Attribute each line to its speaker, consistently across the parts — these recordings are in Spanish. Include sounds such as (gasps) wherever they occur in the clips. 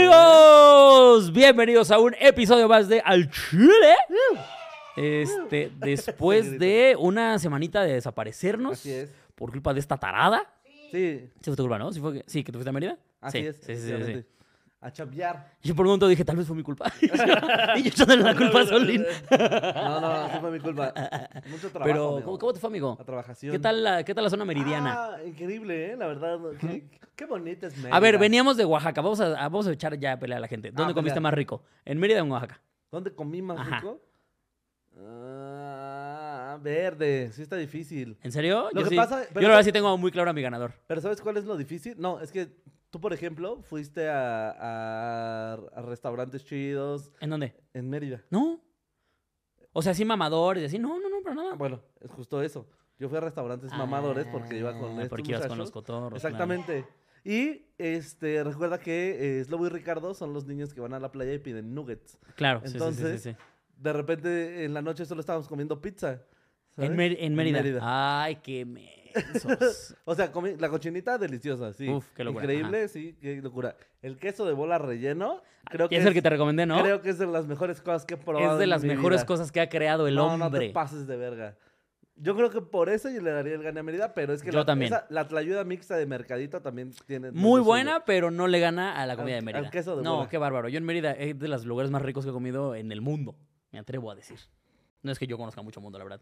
Speaker 1: Amigos, bienvenidos a un episodio más de Al Chile.
Speaker 2: (laughs)
Speaker 1: Este, después de una semanita de desaparecernos
Speaker 2: Así es.
Speaker 1: por culpa de esta tarada.
Speaker 2: Sí,
Speaker 1: Sí, fue tu culpa, ¿no? Sí, fue que, sí, que te fuiste a Mérida.
Speaker 2: así
Speaker 1: sí,
Speaker 2: es.
Speaker 1: Sí, sí, sí, sí.
Speaker 2: efectivamente. A chambear.
Speaker 1: Yo por un momento dije, tal vez fue mi culpa. (laughs) y yo echándole
Speaker 2: (laughs)
Speaker 1: la culpa a Solín.
Speaker 2: No, no, no fue mi culpa. Mucho trabajo.
Speaker 1: Pero,
Speaker 2: amigo.
Speaker 1: ¿cómo, cómo te fue, amigo?
Speaker 2: La trabajación.
Speaker 1: ¿Qué tal la, qué tal la zona meridiana?
Speaker 2: Ah, increíble, ¿eh? La verdad. Qué, qué bonita es Mérida.
Speaker 1: a ver, veníamos de Oaxaca. Vamos a, vamos a echar ya a pelea a la gente. ¿Dónde
Speaker 2: Ah,
Speaker 1: comiste
Speaker 2: pelea.
Speaker 1: más rico? ¿En Mérida o en Oaxaca?
Speaker 2: ¿Dónde comí más
Speaker 1: Ajá.
Speaker 2: rico? Ah, verde. Sí está difícil.
Speaker 1: ¿En serio?
Speaker 2: Lo
Speaker 1: yo
Speaker 2: que
Speaker 1: sí.
Speaker 2: pasa-
Speaker 1: yo
Speaker 2: pero-
Speaker 1: la verdad sí tengo muy claro a mi ganador.
Speaker 2: Pero ¿sabes cuál es lo difícil? No, es que tú, por ejemplo, fuiste a, a- a restaurantes chidos
Speaker 1: ¿En dónde?
Speaker 2: en Mérida.
Speaker 1: No. O sea, sí mamadores y así. No, no, no, para
Speaker 2: Ah,
Speaker 1: nada.
Speaker 2: Bueno, es justo eso. Yo fui a restaurantes mamadores porque iba con
Speaker 1: Ah,
Speaker 2: estos
Speaker 1: Porque ibas con los
Speaker 2: muchachos.
Speaker 1: cotorros. claro.
Speaker 2: Exactamente. Y este recuerda que eh, Slobo y Ricardo son los niños que van a la playa y piden nuggets.
Speaker 1: Claro, sí, sí,
Speaker 2: Entonces,
Speaker 1: sí. sí, sí.
Speaker 2: De repente en la noche solo estábamos comiendo pizza. ¿sabes?
Speaker 1: En, Mer- en Mérida. Ay, qué mensos.
Speaker 2: O sea, comí- la cochinita deliciosa, sí.
Speaker 1: Uf, qué locura,
Speaker 2: Increíble, sí, qué locura. El queso de bola relleno, (laughs) creo
Speaker 1: Y
Speaker 2: que
Speaker 1: es el que te recomendé, ¿no?
Speaker 2: creo que es de las mejores cosas que he probado.
Speaker 1: Es de
Speaker 2: en
Speaker 1: las
Speaker 2: mi
Speaker 1: mejores
Speaker 2: vida.
Speaker 1: cosas que ha creado el
Speaker 2: no, No te
Speaker 1: hombre.
Speaker 2: pases de verga. Yo creo que por eso yo le daría el gane a Mérida, pero es que
Speaker 1: Yo
Speaker 2: la,
Speaker 1: también.
Speaker 2: esa- la tlayuda mixta de mercadito también tiene. tiene
Speaker 1: Muy
Speaker 2: lo suyo.
Speaker 1: buena, pero no le gana a la
Speaker 2: Al-
Speaker 1: comida de
Speaker 2: al
Speaker 1: Mérida.
Speaker 2: queso de
Speaker 1: no,
Speaker 2: bola.
Speaker 1: qué bárbaro. Yo en Mérida es de los lugares más ricos que he comido en el mundo. Me atrevo a decir. No es que yo conozca mucho mundo, la verdad.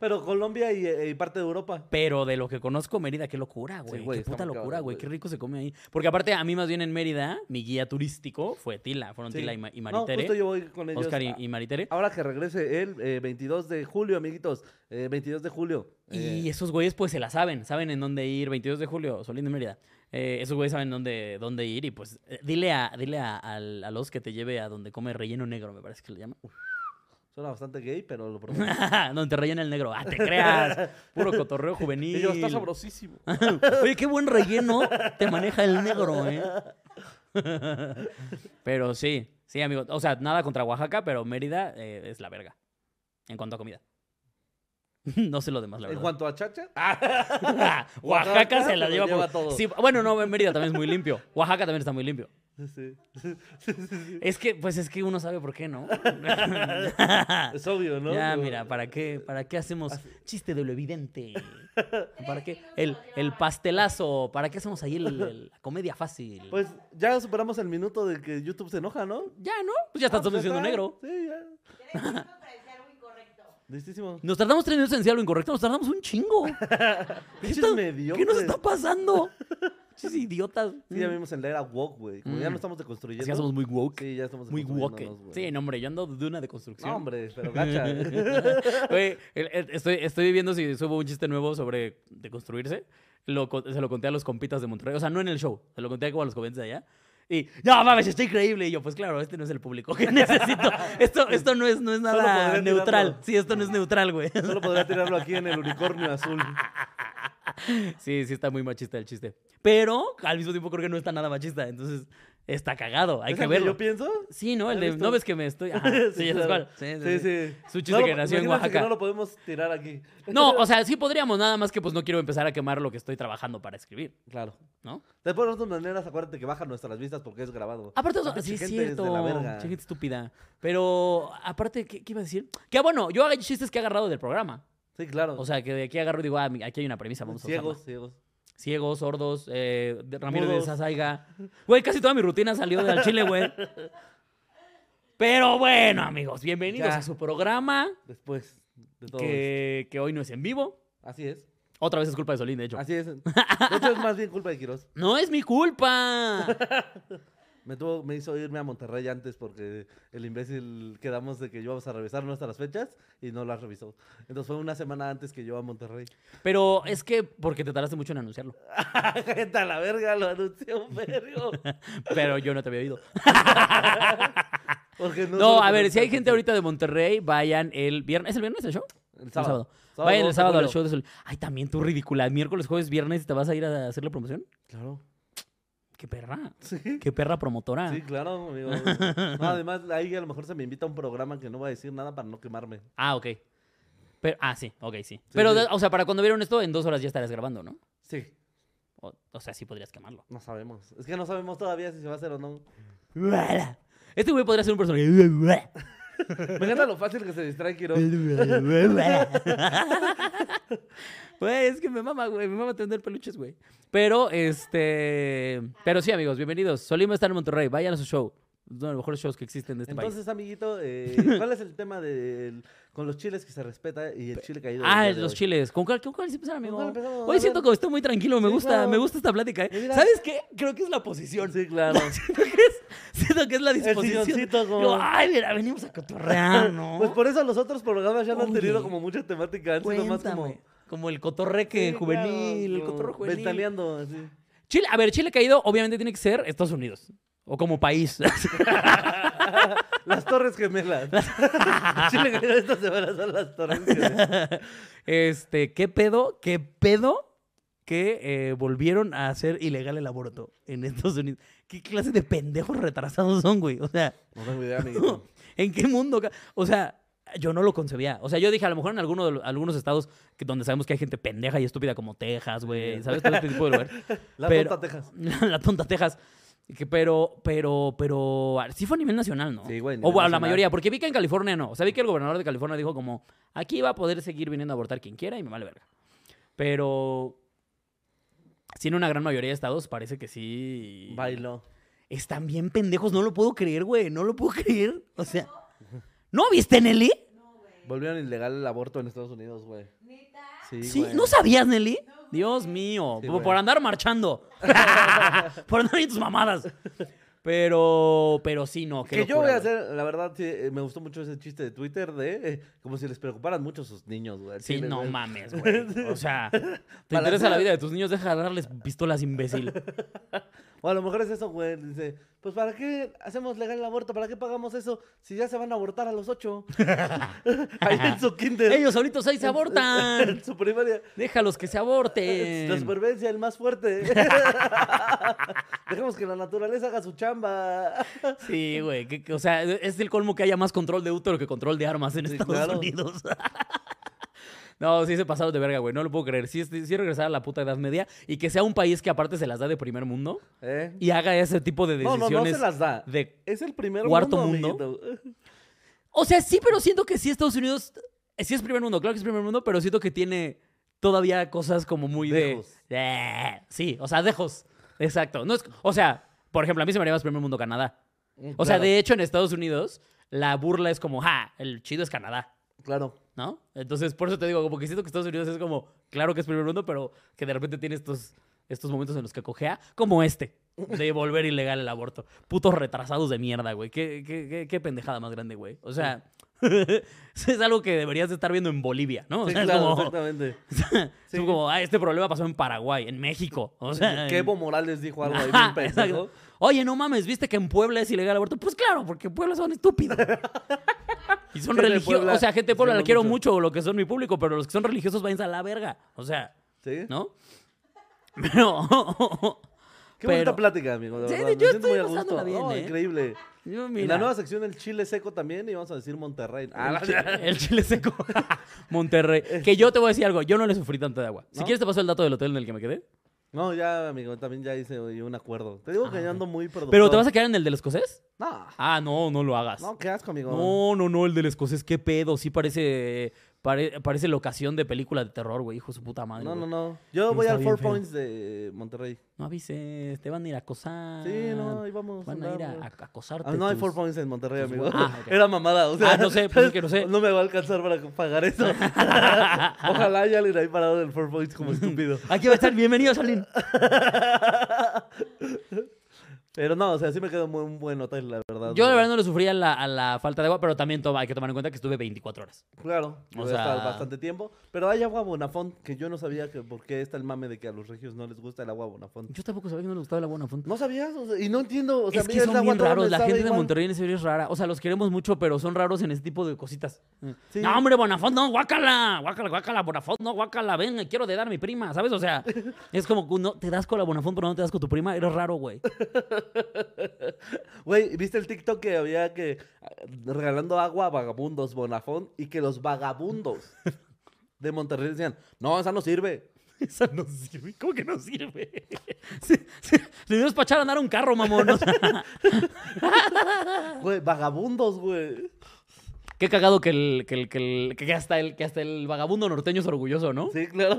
Speaker 2: Pero Colombia y, eh, y parte de Europa.
Speaker 1: Pero de lo que conozco Mérida, qué locura,
Speaker 2: Sí,
Speaker 1: güey.
Speaker 2: güey,
Speaker 1: qué
Speaker 2: está
Speaker 1: puta
Speaker 2: muy cabrón,
Speaker 1: locura, güey.
Speaker 2: güey.
Speaker 1: Qué rico se come ahí. Porque aparte, a mí más bien en Mérida, mi guía turístico fue Tila. Fueron
Speaker 2: Sí.
Speaker 1: Tila y, Ma- y
Speaker 2: No,
Speaker 1: Maritere.
Speaker 2: justo yo voy con ellos.
Speaker 1: Oscar y,
Speaker 2: a-
Speaker 1: y Maritere.
Speaker 2: Ahora que regrese el eh, 22 de julio, amiguitos. eh, 22 de julio.
Speaker 1: Y
Speaker 2: eh,
Speaker 1: esos güeyes, pues se la saben. Saben en dónde ir. 22 de julio, Solín de Mérida. Eh, esos güeyes saben dónde, dónde ir. Y pues, eh, dile, a, dile a, al- a los que te lleve a donde come relleno negro, me parece que lo llaman. (laughs)
Speaker 2: Suena bastante gay, pero lo prometo.
Speaker 1: donde te rellena el negro. ¡Ah, te creas! Puro cotorreo juvenil.
Speaker 2: y yo,
Speaker 1: (laughs)
Speaker 2: está sabrosísimo.
Speaker 1: Oye, qué buen relleno te maneja el negro, ¿eh? pero sí, sí, amigo. O sea, nada contra Oaxaca, pero Mérida eh, es la verga. En cuanto a comida. (laughs) no sé lo demás, la
Speaker 2: En
Speaker 1: verdad.
Speaker 2: cuanto a chacha. ah,
Speaker 1: (laughs) Oaxaca se la
Speaker 2: lo
Speaker 1: lleva,
Speaker 2: lleva
Speaker 1: por-
Speaker 2: todo.
Speaker 1: Sí, bueno, no, Mérida también es muy limpio. Oaxaca también está muy limpio.
Speaker 2: (laughs) sí. Sí, sí, sí.
Speaker 1: Es que, pues es que uno sabe por qué,
Speaker 2: (laughs)
Speaker 1: ¿no?
Speaker 2: Es obvio, ¿no?
Speaker 1: Ya,
Speaker 2: Como-
Speaker 1: mira, ¿para qué, ¿para qué hacemos chiste de lo
Speaker 2: (laughs)
Speaker 1: evidente? ¿Para qué? El, el pastelazo, ¿para qué hacemos ahí el-
Speaker 2: (laughs)
Speaker 1: el- la comedia fácil?
Speaker 2: Pues ya superamos el minuto de que YouTube se enoja, ¿no?
Speaker 1: ya, ¿no? Pues ya estás
Speaker 2: Ah, pues,
Speaker 1: diciendo
Speaker 2: está.
Speaker 1: negro.
Speaker 2: Sí, ya.
Speaker 3: Tres minutos para decir algo incorrecto.
Speaker 2: Listísimo.
Speaker 1: Nos tardamos tres minutos en decir algo incorrecto, nos tardamos un chingo.
Speaker 2: (laughs)
Speaker 1: ¿Qué,
Speaker 2: Pinches
Speaker 1: está-
Speaker 2: mediocres.
Speaker 1: qué nos está
Speaker 2: (laughs)
Speaker 1: pasando? Chis idiotas.
Speaker 2: Sí, ya vimos en la era woke, güey. Como ya
Speaker 1: Mm.
Speaker 2: no estamos deconstruyendo.
Speaker 1: Es que ya somos muy woke.
Speaker 2: Sí, ya estamos
Speaker 1: muy woke.
Speaker 2: deconstruyéndonos, güey.
Speaker 1: Sí, no, hombre, yo ando de una deconstrucción.
Speaker 2: No, hombre, pero
Speaker 1: (laughs)
Speaker 2: gacha.
Speaker 1: Oye, el- el- estoy, estoy viendo si subo un chiste nuevo sobre deconstruirse. Lo, co- se lo conté a los compitas de Monterrey. O sea, no en el show. Se lo conté como a los compitas de allá. Y, no mames, está increíble. Y yo, pues claro, este no es el público que (laughs) necesito. Esto, esto no, es, no es
Speaker 2: Solo
Speaker 1: nada
Speaker 2: podría
Speaker 1: neutral.
Speaker 2: tirarlo.
Speaker 1: Sí, esto no es neutral, güey. (laughs)
Speaker 2: Solo podría tirarlo aquí en el unicornio azul.
Speaker 1: Sí, sí está muy machista el chiste. Pero al mismo tiempo creo que no está nada machista. Entonces, está cagado. Hay
Speaker 2: ¿Es
Speaker 1: que
Speaker 2: el Yo
Speaker 1: verlo.
Speaker 2: pienso.
Speaker 1: Sí, ¿no? El
Speaker 2: ¿Has
Speaker 1: de,
Speaker 2: visto?
Speaker 1: ¿no ves que me estoy...?
Speaker 2: (laughs)
Speaker 1: Ajá, sí, ya sabes
Speaker 2: claro.
Speaker 1: cuál.
Speaker 2: Sí, sí.
Speaker 1: Es un chiste
Speaker 2: No lo-
Speaker 1: que nació en
Speaker 2: imagínate que
Speaker 1: Oaxaca.
Speaker 2: no lo podemos tirar aquí.
Speaker 1: No, o sea, sí podríamos, nada más que pues no quiero empezar a quemar lo que estoy trabajando para escribir,
Speaker 2: Claro.
Speaker 1: ¿no?
Speaker 2: Después, de otras maneras, acuérdate que bajan nuestras vistas porque es grabado.
Speaker 1: Aparte, o sea,
Speaker 2: Aparte,
Speaker 1: sí es
Speaker 2: gente es de la
Speaker 1: cierto,
Speaker 2: verga.
Speaker 1: gente estúpida. Pero aparte, ¿qué, qué iba a decir? Que bueno, yo hago chistes que he agarrado del programa.
Speaker 2: Sí, claro.
Speaker 1: O sea, que de aquí agarro y digo, ah, mi- aquí hay una premisa, vamos a
Speaker 2: ciegos,
Speaker 1: usarla.
Speaker 2: ciegos.
Speaker 1: Ciegos, sordos, eh, de- Ramiro de
Speaker 2: Mudos.
Speaker 1: Sazaiga. Güey, casi toda mi rutina salió del Chile, güey. Pero bueno, amigos, bienvenidos
Speaker 2: Ya.
Speaker 1: a su programa,
Speaker 2: Después de todo.
Speaker 1: que, que hoy no es en vivo.
Speaker 2: esto. Así es.
Speaker 1: Otra vez es culpa de Solín, de hecho.
Speaker 2: Así
Speaker 1: (laughs)
Speaker 2: es. De hecho, es más bien culpa de Quiroz.
Speaker 1: ¡No es mi culpa!
Speaker 2: Me, tuvo, me hizo irme a Monterrey antes porque el imbécil quedamos de que íbamos a revisar nuestras fechas y no las revisó. Entonces fue una semana antes que yo a Monterrey. (laughs)
Speaker 1: Pero es que porque te tardaste mucho en anunciarlo.
Speaker 2: Gente a la verga, lo anunció un vergo.
Speaker 1: Pero yo no te había oído.
Speaker 2: Porque (laughs) no,
Speaker 1: No,
Speaker 2: suele
Speaker 1: a ver,
Speaker 2: poner
Speaker 1: si hay
Speaker 2: tanto
Speaker 1: gente ahorita de Monterrey, vayan el viernes. ¿Es el viernes el show?
Speaker 2: El
Speaker 1: El
Speaker 2: sábado. Sábado
Speaker 1: Vayan el
Speaker 2: 12
Speaker 1: sábado al
Speaker 2: julio.
Speaker 1: show de Sol. Ay, también tú ridícula. Miércoles, jueves, viernes y te vas a ir a hacer la promoción.
Speaker 2: Claro.
Speaker 1: Qué perra.
Speaker 2: Sí.
Speaker 1: Qué perra promotora.
Speaker 2: Sí,
Speaker 1: (laughs)
Speaker 2: claro, amigo. No, además, ahí a lo mejor se me invita a un programa que no va a decir nada para no quemarme.
Speaker 1: Ah, ok. Pero, ah, sí, ok, sí. Pero,
Speaker 2: sí.
Speaker 1: o sea, para cuando vieron esto, en dos horas ya estarás grabando, ¿no?
Speaker 2: Sí.
Speaker 1: O- O, o sea, sí podrías quemarlo.
Speaker 2: (laughs) No sabemos. Es que no sabemos todavía si se va a hacer o no.
Speaker 1: Este güey podría ser un personaje. (laughs)
Speaker 2: Me encanta lo fácil que se distrae Quiroz.
Speaker 1: Güey, es que me mama, güey. Me mama tener peluches, güey. Pero, este. Pero sí, amigos, bienvenidos. Solima está en Monterrey. Vayan a su show. Uno de los mejores shows que existen de este país.
Speaker 2: Entonces, amiguito, eh, ¿cuál es el tema del- con los chiles que se respeta y el chile caído? del
Speaker 1: Ah,
Speaker 2: día de
Speaker 1: los
Speaker 2: hoy?
Speaker 1: chiles. ¿Con cuál, con cuál se empezaron, amigo?
Speaker 2: cuál empezamos?
Speaker 1: Hoy
Speaker 2: A
Speaker 1: siento
Speaker 2: ver.
Speaker 1: que estoy muy tranquilo. Me
Speaker 2: Sí,
Speaker 1: gusta,
Speaker 2: claro.
Speaker 1: me gusta esta plática, ¿eh?
Speaker 2: Mira.
Speaker 1: ¿Sabes qué? Creo que es la posición.
Speaker 2: Sí, claro.
Speaker 1: (laughs) siento, que es, siento que es la disposición.
Speaker 2: silloncito, como-
Speaker 1: Digo, Ay, mira, venimos a
Speaker 2: (laughs)
Speaker 1: cotorrear, Ah, ¿no?
Speaker 2: Pues por eso los otros programas ya no han tenido
Speaker 1: Oye.
Speaker 2: como mucha temática. Han sido
Speaker 1: Cuéntame.
Speaker 2: más
Speaker 1: como...
Speaker 2: como...
Speaker 1: el cotorreque
Speaker 2: Sí, claro,
Speaker 1: juvenil, el
Speaker 2: como
Speaker 1: cotorro juvenil.
Speaker 2: Ventaneando, así.
Speaker 1: Chile, a ver, Chile caído obviamente tiene que ser Estados Unidos. O como país. (laughs)
Speaker 2: Las Torres Gemelas. (laughs) Chile caído de esta semana son las Torres Gemelas.
Speaker 1: este, ¿qué pedo? ¿Qué pedo? Que eh, volvieron a hacer ilegal el aborto en Estados Unidos. ¿Qué clase de pendejos retrasados son, güey? O sea,
Speaker 2: No tengo idea, amiguito.
Speaker 1: ¿en qué mundo? ca- O sea, yo no lo concebía. O sea, yo dije, a lo mejor en alguno de los- algunos estados que- donde sabemos que hay gente pendeja y estúpida como Texas, güey, ¿sabes? Todo este tipo de lugares.
Speaker 2: (laughs) La
Speaker 1: Pero- (laughs)
Speaker 2: Tonta, Texas.
Speaker 1: la tonta Texas. Que, pero, pero, pero, ah, sí fue a nivel nacional, ¿no?
Speaker 2: Sí, güey, a
Speaker 1: O
Speaker 2: nivel
Speaker 1: bueno, la
Speaker 2: nacional.
Speaker 1: mayoría, porque vi que en California no. O sea, vi que el gobernador de California dijo como, aquí va a poder seguir viniendo a abortar quien quiera y me vale verga. Pero, sí, en una gran mayoría de estados parece que sí.
Speaker 2: Bailó.
Speaker 1: Están bien pendejos, no lo puedo creer, güey, no lo puedo creer. O sea, ¿no viste, Nelly?
Speaker 3: No, güey.
Speaker 2: Volvieron ilegal el aborto en Estados Unidos, güey.
Speaker 3: Neta.
Speaker 2: Sí,
Speaker 1: Sí,
Speaker 2: güey.
Speaker 1: ¿no sabías, Nelly? Dios mío,
Speaker 2: Sí,
Speaker 1: por,
Speaker 2: güey.
Speaker 1: por andar
Speaker 2: (laughs)
Speaker 1: marchando. por andar en tus mamadas. Pero, pero sí, no. qué
Speaker 2: Que yo
Speaker 1: locura,
Speaker 2: voy a
Speaker 1: güey.
Speaker 2: hacer, la verdad, sí, eh, me gustó mucho ese chiste de Twitter de eh, como si les preocuparan mucho sus niños, güey. al
Speaker 1: Sí,
Speaker 2: chile,
Speaker 1: no
Speaker 2: güey.
Speaker 1: mames,
Speaker 2: (laughs)
Speaker 1: güey. O sea, te
Speaker 2: Para
Speaker 1: interesa la
Speaker 2: hacer-
Speaker 1: vida de tus niños, deja de darles pistolas,
Speaker 2: (laughs)
Speaker 1: imbécil.
Speaker 2: O a lo mejor es eso, güey. Dice, pues ¿para qué hacemos legal el aborto? ¿Para qué pagamos eso si ya se van a abortar a
Speaker 1: (laughs)
Speaker 2: los ocho? Ahí en su kinder.
Speaker 1: Ellos solitos ahí se abortan.
Speaker 2: (laughs) En su primaria. Eh,
Speaker 1: Déjalos que se
Speaker 2: La
Speaker 1: aborten.
Speaker 2: supervivencia, el
Speaker 1: (laughs)
Speaker 2: más fuerte. Dejemos que la naturaleza haga su chamba.
Speaker 1: Sí, güey. que- que- O sea, e, es el colmo que haya más control de útero que control de armas en
Speaker 2: Sí,
Speaker 1: Estados
Speaker 2: claro. (laughs)
Speaker 1: Unidos. (laughs) No, sí se pasaron de verga, güey. No lo puedo creer. Sí, este, sí sí regresar a la puta Edad Media y que sea un país que aparte se las da de primer mundo
Speaker 2: ¿Eh?
Speaker 1: y haga ese tipo de
Speaker 2: No,
Speaker 1: decisiones.
Speaker 2: no, no se las da.
Speaker 1: de...
Speaker 2: Es el primer
Speaker 1: Cuarto
Speaker 2: mundo,
Speaker 1: mundo.
Speaker 2: amiguito.
Speaker 1: O sea, sí, pero siento que sí Estados Unidos... eh, Sí es primer mundo, claro que es primer mundo, pero siento que tiene todavía cosas como muy
Speaker 2: Dejos.
Speaker 1: de... Eh, sí, o sea, dejos. Exacto. No es... O sea, por ejemplo, a mí se me haría más primer mundo Canadá.
Speaker 2: (laughs)
Speaker 1: O sea,
Speaker 2: Claro,
Speaker 1: de hecho, en Estados Unidos la burla es como, ja, el chido es Canadá. (laughs)
Speaker 2: Claro.
Speaker 1: ¿no? Entonces, por eso te digo, como que siento que Estados Unidos es como, claro que es primer mundo, pero que de repente tiene estos, estos momentos en los que cojea, como este, de volver ilegal el aborto. Putos retrasados de mierda, güey. ¿Qué, qué, qué, qué pendejada más grande, güey. O sea, (laughs) es algo que deberías de estar viendo en Bolivia, ¿no? O
Speaker 2: Sí,
Speaker 1: sea, es
Speaker 2: claro,
Speaker 1: como,
Speaker 2: exactamente.
Speaker 1: (laughs) es
Speaker 2: Sí.
Speaker 1: como, ah, este problema pasó en Paraguay, en México. O sea,
Speaker 2: Que
Speaker 1: en-
Speaker 2: Evo Morales dijo algo ahí
Speaker 1: Ajá,
Speaker 2: bien pendejo.
Speaker 1: exacto. Oye, no mames, ¿viste que en Puebla es ilegal el aborto? Pues claro, porque en Puebla son
Speaker 2: (laughs)
Speaker 1: estúpidos. y son
Speaker 2: Gente de
Speaker 1: religiosos.
Speaker 2: Puebla,
Speaker 1: O sea, gente de Puebla
Speaker 2: los
Speaker 1: la quiero
Speaker 2: queremos
Speaker 1: mucho. lo que son mi público, pero los que son religiosos vayan a la verga. O sea,
Speaker 2: ¿Sí?
Speaker 1: ¿no? (laughs) Pero. (laughs)
Speaker 2: Qué bonita
Speaker 1: pero-
Speaker 2: plática, amigo. de
Speaker 1: Sí,
Speaker 2: verdad.
Speaker 1: yo
Speaker 2: Me siento
Speaker 1: estoy
Speaker 2: muy a
Speaker 1: pasándola
Speaker 2: gusto.
Speaker 1: bien,
Speaker 2: No,
Speaker 1: ¿eh?
Speaker 2: Increíble.
Speaker 1: yo,
Speaker 2: En la
Speaker 1: mira,
Speaker 2: nueva sección, el chile seco también, y vamos a decir Monterrey.
Speaker 1: (laughs)
Speaker 2: Ah,
Speaker 1: el,
Speaker 2: la-
Speaker 1: chile, el chile seco. (laughs) Monterrey. Que yo te voy a decir algo. Yo no le sufrí tanto de agua. Si
Speaker 2: ¿No?
Speaker 1: quieres, te paso el dato del hotel en el que me quedé.
Speaker 2: No, ya, amigo, también ya hice hoy un acuerdo. Te digo que yo ando muy productor.
Speaker 1: Pero, ¿te vas a quedar en el del escocés?
Speaker 2: No,
Speaker 1: Ah, no, no lo hagas.
Speaker 2: no, qué asco, amigo.
Speaker 1: No, no, no, el del escocés, qué pedo. Sí parece, pare- parece locación de película de terror, güey, hijo de su puta madre.
Speaker 2: No,
Speaker 1: güey.
Speaker 2: no,
Speaker 1: no.
Speaker 2: no. Yo
Speaker 1: Sí,
Speaker 2: voy
Speaker 1: está
Speaker 2: al
Speaker 1: bien
Speaker 2: Four
Speaker 1: feo.
Speaker 2: Points de Monterrey.
Speaker 1: avises, te van a ir a acosar.
Speaker 2: Sí, no, ahí
Speaker 1: Ah,
Speaker 2: vamos.
Speaker 1: Van a ir a,
Speaker 2: andamos.
Speaker 1: a- a acosarte.
Speaker 2: Ah, no hay
Speaker 1: tus-
Speaker 2: Four Points en Monterrey,
Speaker 1: tus
Speaker 2: amigo.
Speaker 1: hue- Ah, ok.
Speaker 2: (laughs) Era mamada, o sea.
Speaker 1: Ah, no sé, pues es que no sé.
Speaker 2: (laughs) No me va a alcanzar para
Speaker 1: (laughs)
Speaker 2: pagar eso. Ojalá haya alguien ahí parado del Four Points
Speaker 1: (laughs)
Speaker 2: como estúpido.
Speaker 1: Aquí va a estar, bienvenido, Salín.
Speaker 2: (laughs) Ah, Pero no, o sea, sí me quedó muy un buen hotel, la verdad.
Speaker 1: Yo la
Speaker 2: güey.
Speaker 1: verdad no le sufría la, a la falta de agua, pero también toma, hay que tomar en cuenta que estuve 24 horas.
Speaker 2: Claro,
Speaker 1: O
Speaker 2: o sea,
Speaker 1: sea-
Speaker 2: bastante tiempo. Pero hay agua Bonafont, que yo no sabía que por qué está el mame de que a los regios no les gusta el agua Bonafont.
Speaker 1: Yo tampoco sabía que no le gustaba la buena fonte.
Speaker 2: No sabías, o sea, y no entiendo. O sea,
Speaker 1: es que
Speaker 2: mira, el
Speaker 1: son
Speaker 2: agua
Speaker 1: bien
Speaker 2: toda me
Speaker 1: raros. La
Speaker 2: sabe
Speaker 1: gente de
Speaker 2: igual.
Speaker 1: Monterrey en serio es rara. O sea, los queremos mucho, pero son raros en este tipo de cositas.
Speaker 2: Sí.
Speaker 1: No, hombre, Bonafont, no, guácala. Guácala, guácala, Bonafont, no, guácala. Ven, quiero de dar a mi prima, ¿sabes? O
Speaker 2: (laughs)
Speaker 1: sea, es como que no, te das con la Bonafont, pero no te das con tu prima. Eres raro, güey.
Speaker 2: Güey, ¿viste el TikTok que había que ah, regalando agua a vagabundos Bonafont y que los vagabundos de Monterrey decían, no, (laughs) esa no sirve.
Speaker 1: Esa no sirve. ¿Cómo que no sirve? (laughs) Sí, sí, Le dio para echar a andar un carro, mamón. O sea,
Speaker 2: (laughs) Güey, vagabundos, güey.
Speaker 1: qué cagado que, el, que, el, que, el- que hasta el, que hasta el vagabundo norteño es orgulloso, ¿no?
Speaker 2: Sí,
Speaker 1: (laughs)
Speaker 2: claro.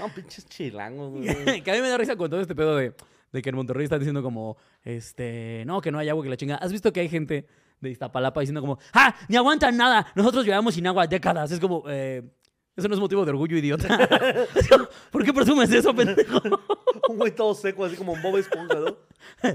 Speaker 2: No, pinches chilangos, güey.
Speaker 1: que a mí me da risa con todo este pedo de, de que en Monterrey están diciendo como, este, no, que no hay agua, que la chinga. ¿Has visto que hay gente de Iztapalapa diciendo como, ¡ah! ¡Ni aguantan nada! Nosotros llevamos sin agua décadas. Es como, eh, eso no es motivo de orgullo, idiota. (laughs) Es como, ¿Por qué presumes eso, pendejo? (laughs)
Speaker 2: Un güey todo seco, así como un Bob Esponja, ¿no?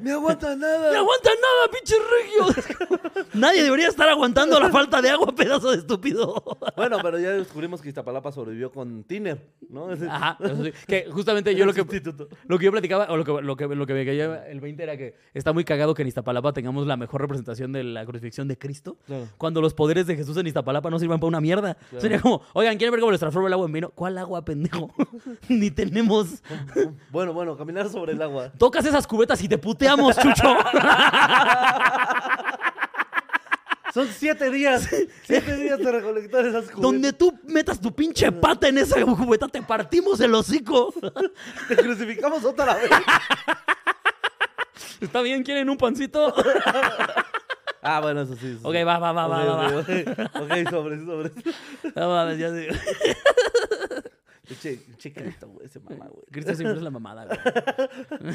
Speaker 2: ¡Me aguanta
Speaker 1: (laughs)
Speaker 2: nada!
Speaker 1: ¡Ni aguantan nada, pinche regio! (laughs) Nadie debería estar aguantando la falta de agua, (laughs) pedazo de estúpido. (laughs)
Speaker 2: Bueno, pero ya descubrimos que Iztapalapa sobrevivió con Tiner, ¿no? Ese-
Speaker 1: Ajá, eso sí. Que justamente yo lo que,
Speaker 2: Sustituto. (laughs)
Speaker 1: Lo que yo platicaba, o lo que, lo que, lo que me caía el 20 era que está muy cagado que en Iztapalapa tengamos la mejor representación de la crucifixión de Cristo.
Speaker 2: Claro.
Speaker 1: Cuando los poderes de Jesús en Iztapalapa no sirvan para una mierda. Sería como, oigan, ¿quieren ver cómo les transforma el agua en vino? ¿Cuál agua, pendejo? (laughs) Ni tenemos.
Speaker 2: Bueno, bueno, caminar sobre el agua.
Speaker 1: Tocas esas cubetas y te puteamos,
Speaker 2: (laughs)
Speaker 1: chucho.
Speaker 2: Son
Speaker 1: (laughs)
Speaker 2: siete días. Siete días de recolectar esas cubetas.
Speaker 1: Donde tú metas tu pinche pata en esa cubeta, te partimos el
Speaker 2: (laughs)
Speaker 1: hocico.
Speaker 2: Te crucificamos otra vez.
Speaker 1: ¿Está bien? ¿Quieren un
Speaker 2: (laughs)
Speaker 1: pancito?
Speaker 2: Ah, bueno, eso sí. eso
Speaker 1: Ok,
Speaker 2: sí.
Speaker 1: va, va, va, va,
Speaker 2: Ok,
Speaker 1: va, va.
Speaker 2: ok, ok, ok, sobre, sobre.
Speaker 1: (laughs) No mames, ya sé.
Speaker 2: (laughs)
Speaker 1: (laughs)
Speaker 2: Che, che, Cristo, güey, ese mamá, güey.
Speaker 1: Cristo siempre es la mamada, güey.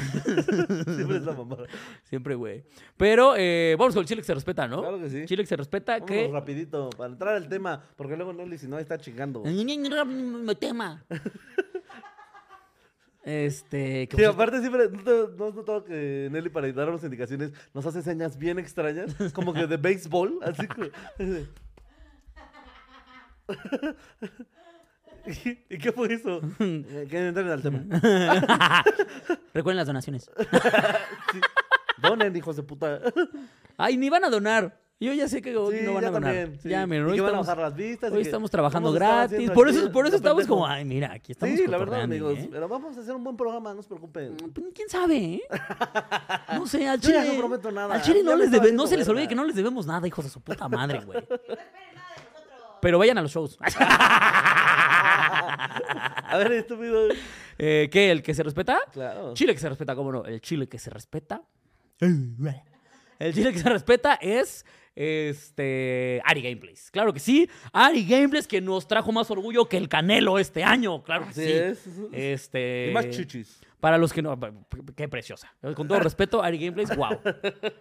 Speaker 2: Siempre es la mamá.
Speaker 1: (laughs) Siempre, güey. Pero eh, vamos con el chile que se respeta, ¿no?
Speaker 2: Claro que sí.
Speaker 1: Chile que se respeta,
Speaker 2: Vámonos
Speaker 1: que...
Speaker 2: rapidito, para entrar al tema, porque luego Nelly, si no, está chingando.
Speaker 1: Mi tema. Este... que
Speaker 2: Sí,
Speaker 1: pues-
Speaker 2: aparte siempre, ¿no te- no has notado que Nelly para darnos indicaciones nos hace señas bien extrañas? Como que de béisbol, así que... (laughs) ¿Y qué fue eso?
Speaker 1: (laughs)
Speaker 2: Eh, Que entren al tema. (laughs)
Speaker 1: Recuerden las donaciones.
Speaker 2: Donen, hijos de puta.
Speaker 1: Ay, ni van a donar. Yo ya sé que hoy
Speaker 2: Sí,
Speaker 1: no van
Speaker 2: ya
Speaker 1: a donar.
Speaker 2: también, sí.
Speaker 1: Ya, miren,
Speaker 2: Y
Speaker 1: hoy
Speaker 2: que van a
Speaker 1: estamos,
Speaker 2: bajar las vistas. y
Speaker 1: hoy
Speaker 2: que
Speaker 1: estamos trabajando
Speaker 2: vamos a estar
Speaker 1: gratis.
Speaker 2: haciendo
Speaker 1: Por eso,
Speaker 2: aquí
Speaker 1: por eso
Speaker 2: lo
Speaker 1: estamos
Speaker 2: pendejo.
Speaker 1: como, ay, mira, aquí estamos
Speaker 2: Sí, la verdad,
Speaker 1: cotorreando,
Speaker 2: amigos.
Speaker 1: ¿eh?
Speaker 2: Pero vamos a hacer un buen programa, no se preocupen. (laughs)
Speaker 1: Pues, ¿Quién sabe? eh? No sé, al
Speaker 2: Yo ya
Speaker 1: chile.
Speaker 2: no prometo nada.
Speaker 1: Al chile
Speaker 2: Ya
Speaker 1: no,
Speaker 2: me
Speaker 1: les
Speaker 2: estaba
Speaker 1: debe- no
Speaker 2: haciendo
Speaker 1: se les olvide
Speaker 2: verga.
Speaker 1: que no les debemos nada, hijos de su puta madre, güey.
Speaker 3: No (laughs) esperen nada de nosotros.
Speaker 1: Pero vayan a los shows. (laughs)
Speaker 2: A ver, estúpido.
Speaker 1: Eh, ¿Qué? ¿El que se respeta?
Speaker 2: Claro.
Speaker 1: Chile que se respeta, cómo no. El chile que se respeta. El chile que se respeta es. Este. Ari Gameplays. Claro que sí. Ari Gameplays que nos trajo más orgullo que el Canelo este año. Claro que
Speaker 2: Así
Speaker 1: sí.
Speaker 2: es.
Speaker 1: Este.
Speaker 2: Y más chichis.
Speaker 1: Para los que no. Qué preciosa. Con todo respeto, Ari Gameplays,
Speaker 2: (laughs)
Speaker 1: wow.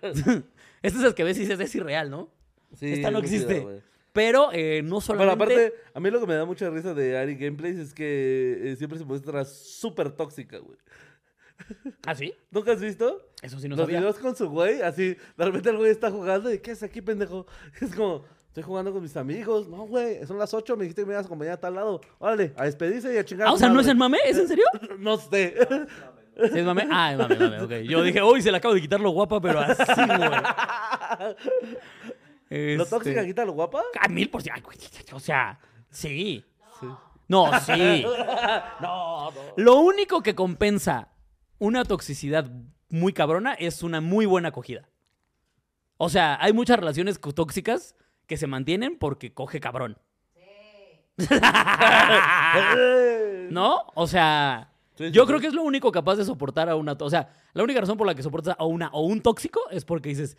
Speaker 1: (laughs) este es el que ves y dices, es irreal, ¿no?
Speaker 2: Sí,
Speaker 1: Esta no
Speaker 2: muy chida,
Speaker 1: existe.
Speaker 2: güey.
Speaker 1: Pero eh, no
Speaker 2: Pero
Speaker 1: solamente.
Speaker 2: aparte, a mí lo que me da mucha risa de Ari Gameplays es que eh, siempre se muestra súper tóxica, güey.
Speaker 1: ¿Ah, sí?
Speaker 2: ¿Nunca has visto?
Speaker 1: Eso sí no
Speaker 2: Los
Speaker 1: sabía.
Speaker 2: videos con su güey, así, de repente el güey está jugando y ¿qué haces aquí, pendejo? (laughs) Es como, estoy jugando con mis amigos. No, güey, son las 8, me dijiste que me ibas a acompañar a tal lado. Órale, a despedirse y a chingar. a
Speaker 1: Ah, o
Speaker 2: su
Speaker 1: sea, ¿no es
Speaker 2: madre".
Speaker 1: el mame? ¿Es en serio?
Speaker 2: (laughs) No sé. (laughs)
Speaker 1: ¿Sí es mame? Ah, es mame, mame, ok. Yo dije, hoy se le acabo de quitar lo guapa, pero así,
Speaker 2: (laughs)
Speaker 1: güey.
Speaker 2: ¿Lo
Speaker 1: Este,
Speaker 2: tóxica quita lo guapa?
Speaker 1: A mil por ciento. Ay, güey, O sea, sí.
Speaker 2: Sí.
Speaker 1: No, sí.
Speaker 2: No, no.
Speaker 1: Lo único que compensa una toxicidad muy cabrona es una muy buena acogida. O sea, hay muchas relaciones co- tóxicas que se mantienen porque coge cabrón.
Speaker 2: Eh.
Speaker 1: Ah. ¿No? O sea,
Speaker 2: Sí, sí,
Speaker 1: yo
Speaker 2: sí.
Speaker 1: creo que es lo único capaz de soportar a una. to- O sea, la única razón por la que soportas a una o un tóxico es porque dices,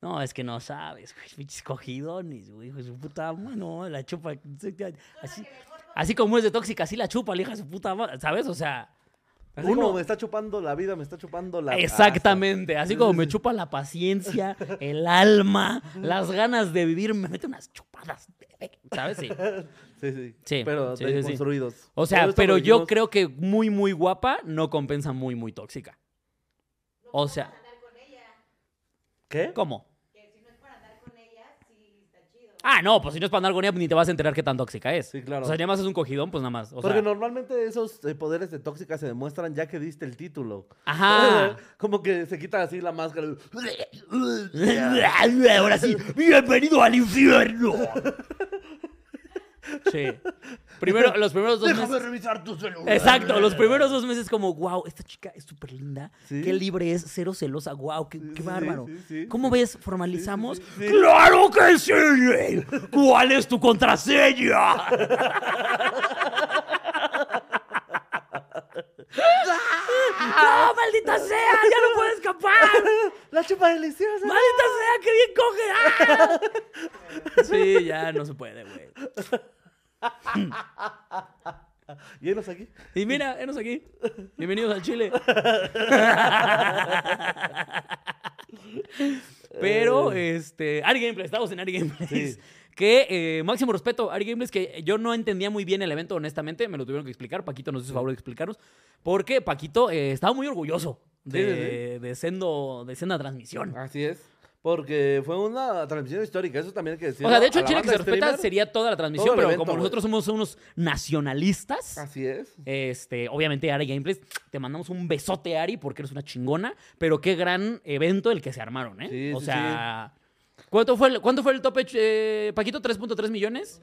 Speaker 1: no, es que no sabes, güey, pinches cogidones, güey, hijo de su puta madre, no, la chupa. Así, así como es de tóxica, así la chupa, la hija de su puta madre, ¿sabes? O sea,
Speaker 2: Así
Speaker 1: uno-
Speaker 2: como me está chupando la vida, me está chupando la.
Speaker 1: Exactamente, así como
Speaker 2: Mm.
Speaker 1: me chupa la paciencia, el alma, las ganas de vivir, me mete unas chupadas, ¿sabes? Sí.
Speaker 2: Sí, sí.
Speaker 1: Sí,
Speaker 2: Pero
Speaker 1: sí,
Speaker 2: de
Speaker 1: sí, sí.
Speaker 2: construidos.
Speaker 1: O sea, pero yo creo que muy, muy guapa no compensa muy, muy tóxica. O sea,
Speaker 3: Andar con ella.
Speaker 2: ¿Qué?
Speaker 1: ¿cómo?
Speaker 3: Que si no es para andar con ella, sí está chido.
Speaker 1: Ah, no, pues si no es para andar con ella, ni te vas a enterar qué tan tóxica es.
Speaker 2: Sí, claro.
Speaker 1: O sea, si además es un cogidón, pues nada más. O
Speaker 2: Porque
Speaker 1: sea,
Speaker 2: normalmente esos eh, poderes de tóxica se demuestran ya que diste el título.
Speaker 1: Ajá.
Speaker 2: (laughs) Como que se quita así la máscara.
Speaker 1: Ahora sí, bienvenido al infierno.
Speaker 2: (laughs)
Speaker 1: Sí. Primero, los primeros dos
Speaker 2: Déjame
Speaker 1: meses.
Speaker 2: revisar tu celular.
Speaker 1: Exacto, los primeros dos meses como, wow, esta chica es súper linda,
Speaker 2: Sí.
Speaker 1: qué libre es, cero celosa, wow, qué, qué
Speaker 2: sí,
Speaker 1: bárbaro.
Speaker 2: sí, sí,
Speaker 1: ¿Cómo ves? ¿Formalizamos?
Speaker 2: sí, sí, sí.
Speaker 1: ¡Claro que sí!
Speaker 2: (laughs)
Speaker 1: ¿Cuál es tu contraseña? ¡Maldita sea! ¡Ya no puedo escapar!
Speaker 2: (laughs) La chupa deliciosa.
Speaker 1: ¡Maldita sea! ¡Qué bien coge! ¡Ah! Sí, ya no se puede, güey.
Speaker 2: Y enos aquí.
Speaker 1: Y mira, enos aquí. Bienvenidos al
Speaker 2: (laughs)
Speaker 1: Chile. Pero, este, Ari Gameplays, estamos en Ari Gameplays.
Speaker 2: Eh. Sí.
Speaker 1: Que eh, máximo respeto, Ari Gameplays, que yo no entendía muy bien el evento, honestamente, me lo tuvieron que explicar. Paquito nos hizo favor de explicarnos, porque Paquito eh, estaba muy orgulloso de,
Speaker 2: Sí, Ah,
Speaker 1: de Sendo, de Senda Transmisión.
Speaker 2: Así es. Porque fue una transmisión histórica, eso también hay que decir.
Speaker 1: o sea, de hecho, el Chile que se respeta sería toda la transmisión,
Speaker 2: todo el
Speaker 1: pero
Speaker 2: evento,
Speaker 1: como
Speaker 2: güey.
Speaker 1: nosotros somos unos nacionalistas,
Speaker 2: Así es.
Speaker 1: Este, obviamente, Ari Gameplays, te mandamos un besote, Ari, porque eres una chingona. Pero qué gran evento el que se armaron, ¿eh?
Speaker 2: Sí,
Speaker 1: o
Speaker 2: sí,
Speaker 1: sea, ¿cuánto, fue el, ¿cuánto fue el tope, eh, Paquito? ¿3.3 millones?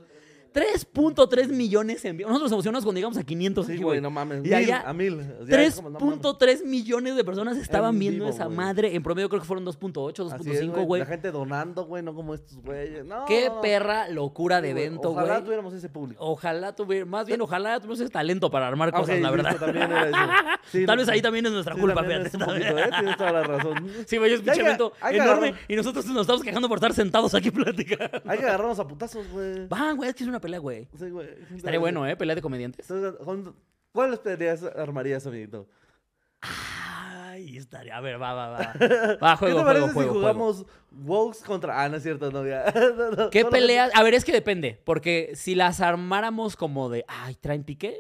Speaker 1: 3.3 millones en vivo. Nosotros nos emocionamos cuando llegamos a 500.
Speaker 2: Sí,
Speaker 1: aquí,
Speaker 2: güey, no mames.
Speaker 1: Y
Speaker 2: Mil,
Speaker 1: allá,
Speaker 2: a mil. Ya es como, no mames.
Speaker 1: 3.3 millones de personas estaban
Speaker 2: En
Speaker 1: viendo
Speaker 2: vivo,
Speaker 1: esa
Speaker 2: güey.
Speaker 1: madre. En promedio creo que fueron 2.8,
Speaker 2: Así es,
Speaker 1: 2.5, güey.
Speaker 2: La gente donando, güey, no como estos güeyes. No,
Speaker 1: Qué
Speaker 2: no, no.
Speaker 1: perra locura de
Speaker 2: Sí, güey,
Speaker 1: evento,
Speaker 2: Ojalá
Speaker 1: güey.
Speaker 2: tuviéramos ese público.
Speaker 1: Ojalá tuviera, más bien, ojalá tuviéramos ese talento para armar
Speaker 2: Ah,
Speaker 1: cosas,
Speaker 2: ok,
Speaker 1: la
Speaker 2: listo,
Speaker 1: verdad.
Speaker 2: también
Speaker 1: (laughs)
Speaker 2: era eso. Sí,
Speaker 1: Tal
Speaker 2: no,
Speaker 1: vez ahí también es nuestra
Speaker 2: sí,
Speaker 1: culpa,
Speaker 2: también
Speaker 1: fíjate.
Speaker 2: es un poquito, ¿eh? Tienes toda la razón.
Speaker 1: (laughs) Sí, güey, es un
Speaker 2: Ya hay
Speaker 1: pinche
Speaker 2: que-
Speaker 1: evento
Speaker 2: hay que
Speaker 1: enorme
Speaker 2: agarrar-
Speaker 1: y nosotros nos estamos quejando por estar sentados aquí (laughs) platicando.
Speaker 2: Hay que agarrarnos a putazos, güey.
Speaker 1: Van, güey, es que es una pelea, güey.
Speaker 2: Sí, güey.
Speaker 1: Estaría bueno, ¿eh? Pelea de comediantes.
Speaker 2: Entonces, ¿con- ¿Cuáles peleas armarías, amiguito?
Speaker 1: Ay, estaría. A ver, va,
Speaker 2: (laughs)
Speaker 1: va, va. Va,
Speaker 2: ¿Qué
Speaker 1: juego,
Speaker 2: te
Speaker 1: juego,
Speaker 2: parece
Speaker 1: juego,
Speaker 2: si
Speaker 1: juego.
Speaker 2: jugamos Wogs contra... Ah, no es cierto, no, ya. (laughs) No, no,
Speaker 1: ¿Qué
Speaker 2: solamente-
Speaker 1: peleas? A ver, es que depende. Porque si las armáramos como de, ay, traen pique.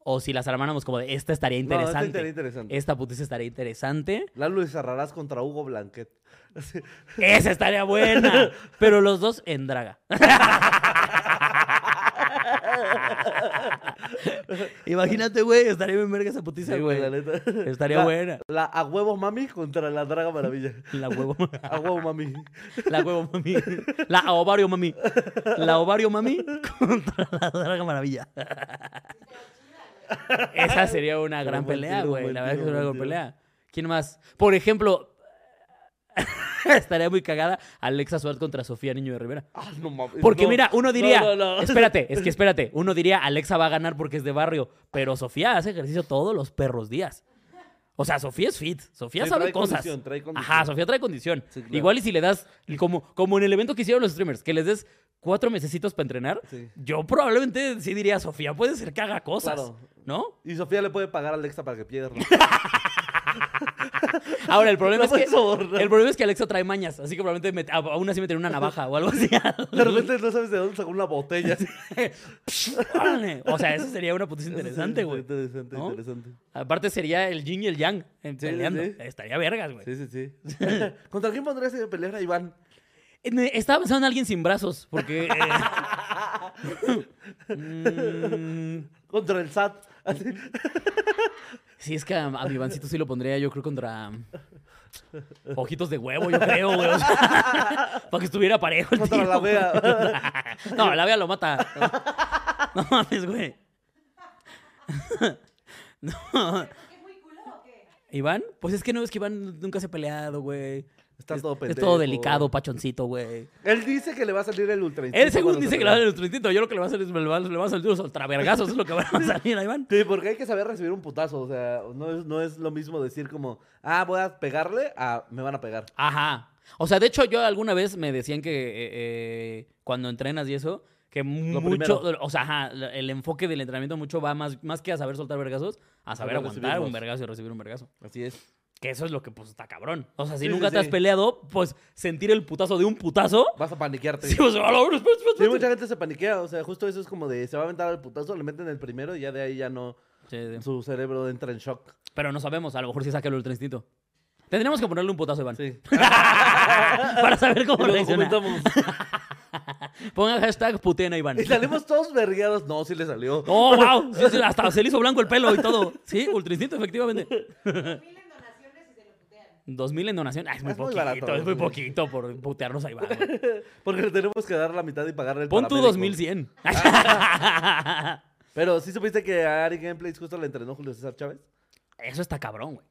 Speaker 1: O si las armáramos como de, esta estaría
Speaker 2: No,
Speaker 1: interesante. Eh.
Speaker 2: está inter- interesante.
Speaker 1: Esta putiza estaría interesante.
Speaker 2: Lalo y Sarrarás contra Hugo Blanquet. Sí.
Speaker 1: Esa estaría buena. (laughs) Pero los dos en draga. (laughs) Imagínate, güey, estaría bien verga esa putiza,
Speaker 2: Sí,
Speaker 1: güey.
Speaker 2: la neta.
Speaker 1: Estaría
Speaker 2: La-
Speaker 1: buena.
Speaker 2: La a huevo mami contra la draga maravilla.
Speaker 1: La huevo,
Speaker 2: A huevo mami.
Speaker 1: la huevo mami. La ovario mami. La ovario mami contra la draga maravilla. Esa sería una
Speaker 2: Pero
Speaker 1: gran
Speaker 2: buen
Speaker 1: pelea,
Speaker 2: tiro,
Speaker 1: güey.
Speaker 2: buen
Speaker 1: La verdad es que
Speaker 2: tiro,
Speaker 1: sería una gran
Speaker 2: buen tiro.
Speaker 1: pelea. ¿Quién más? Por ejemplo, (laughs) estaría muy cagada Alexa Suárez contra Sofía Niño de Rivera.
Speaker 2: Ah, no mames.
Speaker 1: Porque
Speaker 2: No,
Speaker 1: mira, uno
Speaker 2: no,
Speaker 1: diría, (laughs)
Speaker 2: no, no.
Speaker 1: espérate,
Speaker 2: (laughs)
Speaker 1: es que espérate, uno diría, Alexa va a ganar porque es de barrio, pero Sofía hace ejercicio todos los perros días. O sea, Sofía es fit, Sofía
Speaker 2: Sí,
Speaker 1: sabe
Speaker 2: trae
Speaker 1: cosas.
Speaker 2: condición, trae condición.
Speaker 1: Ajá, Sofía trae condición.
Speaker 2: Sí, claro.
Speaker 1: Igual y si le das, como, como en el evento que hicieron los streamers, que les des cuatro mesecitos para entrenar,
Speaker 2: Sí.
Speaker 1: yo probablemente sí diría, Sofía puede ser que haga cosas,
Speaker 2: Claro.
Speaker 1: ¿no?
Speaker 2: Y Sofía le puede pagar a Alexa para que
Speaker 1: (laughs)
Speaker 2: pierda.
Speaker 1: Ahora, el problema,
Speaker 2: (laughs) No
Speaker 1: es que,
Speaker 2: puedes borrar.
Speaker 1: el problema es que Alexa trae mañas, así que probablemente met- a- aún así meter una navaja o algo así.
Speaker 2: (laughs)
Speaker 1: (laughs)
Speaker 2: De repente no sabes de dónde sacó una botella. (laughs)
Speaker 1: Órale. o sea, eso sería una putiza interesante, güey.
Speaker 2: Interesante,
Speaker 1: ¿No?
Speaker 2: interesante.
Speaker 1: Aparte sería el yin y el yang en-
Speaker 2: Sí, sí,
Speaker 1: peleando.
Speaker 2: sí.
Speaker 1: Estaría vergas, güey.
Speaker 2: Sí, sí, sí. (laughs) ¿Contra quién pondrías a pelear a Iván?
Speaker 1: Eh, ne- Estaba pensando en alguien sin brazos, porque...
Speaker 2: (laughs)
Speaker 1: eh, mm,
Speaker 2: Contra el SAT. Así.
Speaker 1: sí, es que a, a mi Ivancito sí lo pondría yo creo contra... mm, Ojitos de huevo, yo creo, güey. o sea, (laughs) para que estuviera parejo el
Speaker 2: Contra
Speaker 1: tiro,
Speaker 2: la
Speaker 1: güey. (laughs)
Speaker 2: vea.
Speaker 1: No, la vea lo mata. (laughs) No mames, güey. No.
Speaker 3: ¿Por qué es muy culo o qué?
Speaker 1: ¿Iván? Pues es que no, es que Iván nunca se ha peleado, güey.
Speaker 2: Está
Speaker 1: Es-
Speaker 2: todo
Speaker 1: Es
Speaker 2: pendejo.
Speaker 1: todo delicado, pachoncito, güey.
Speaker 2: Él dice que le va a salir el ultra.
Speaker 1: Él
Speaker 2: instinto
Speaker 1: según
Speaker 2: cuando se
Speaker 1: dice que le va a
Speaker 2: pelea.
Speaker 1: dar nuestro instinto. Yo lo que le va a salir, le va, le va a salir unos ultravergazos, es lo que va a salir a Iván.
Speaker 2: Sí, porque hay que saber recibir un putazo. O sea, no es, no es lo mismo decir como, ah, voy a pegarle, a me van a pegar.
Speaker 1: Ajá. O sea, de hecho, yo alguna vez me decían que eh, eh, cuando entrenas y eso, que mucho,
Speaker 2: primero.
Speaker 1: o sea, ajá, la- el enfoque del entrenamiento mucho va más, más que a saber soltar vergazos, a saber
Speaker 2: Saber
Speaker 1: aguantar un
Speaker 2: recibirlos.
Speaker 1: vergazo y recibir un vergazo.
Speaker 2: Así es.
Speaker 1: Que eso es lo que, pues, está cabrón. O sea, si
Speaker 2: Sí,
Speaker 1: nunca
Speaker 2: sí,
Speaker 1: te has
Speaker 2: sí.
Speaker 1: peleado, pues, sentir el putazo de un putazo.
Speaker 2: Vas a paniquearte.
Speaker 1: Sí, o sea, a la hora, espera, espera,
Speaker 2: (laughs) Sí,
Speaker 1: espera.
Speaker 2: mucha gente se paniquea, o sea, justo eso es como de se va a aventar al putazo, le meten el primero y ya de ahí ya no,
Speaker 1: Sí, sí.
Speaker 2: su cerebro entra en shock.
Speaker 1: Pero no sabemos, a lo mejor sí saca el ultra instinto. Tendríamos que ponerle un putazo, a Iván. (laughs)
Speaker 2: Sí.
Speaker 1: Para saber
Speaker 2: Y
Speaker 1: cómo
Speaker 2: luego
Speaker 1: reacciona.
Speaker 2: comentamos.
Speaker 1: (laughs) Pongan hashtag puten a Iván.
Speaker 2: Y salimos todos vergueados. No, sí le salió.
Speaker 1: ¡Oh, wow! Sí, sí, hasta se le hizo blanco el pelo y todo. Sí, ultra instinto, efectivamente.
Speaker 3: Dos mil en donaciones y
Speaker 1: Dos mil en donación. Ah, es
Speaker 3: se lo putean.
Speaker 1: muy
Speaker 2: Es muy
Speaker 1: poquito,
Speaker 2: barato.
Speaker 1: es muy poquito por putearnos a Iván. güey.
Speaker 2: Porque le tenemos que dar la mitad y pagarle el
Speaker 1: Pon tu
Speaker 2: paramédico.
Speaker 1: 2100.
Speaker 2: Pero sí supiste que a Ari Gameplays justo le entrenó Julio César Chávez.
Speaker 1: (laughs) Eso está cabrón, güey.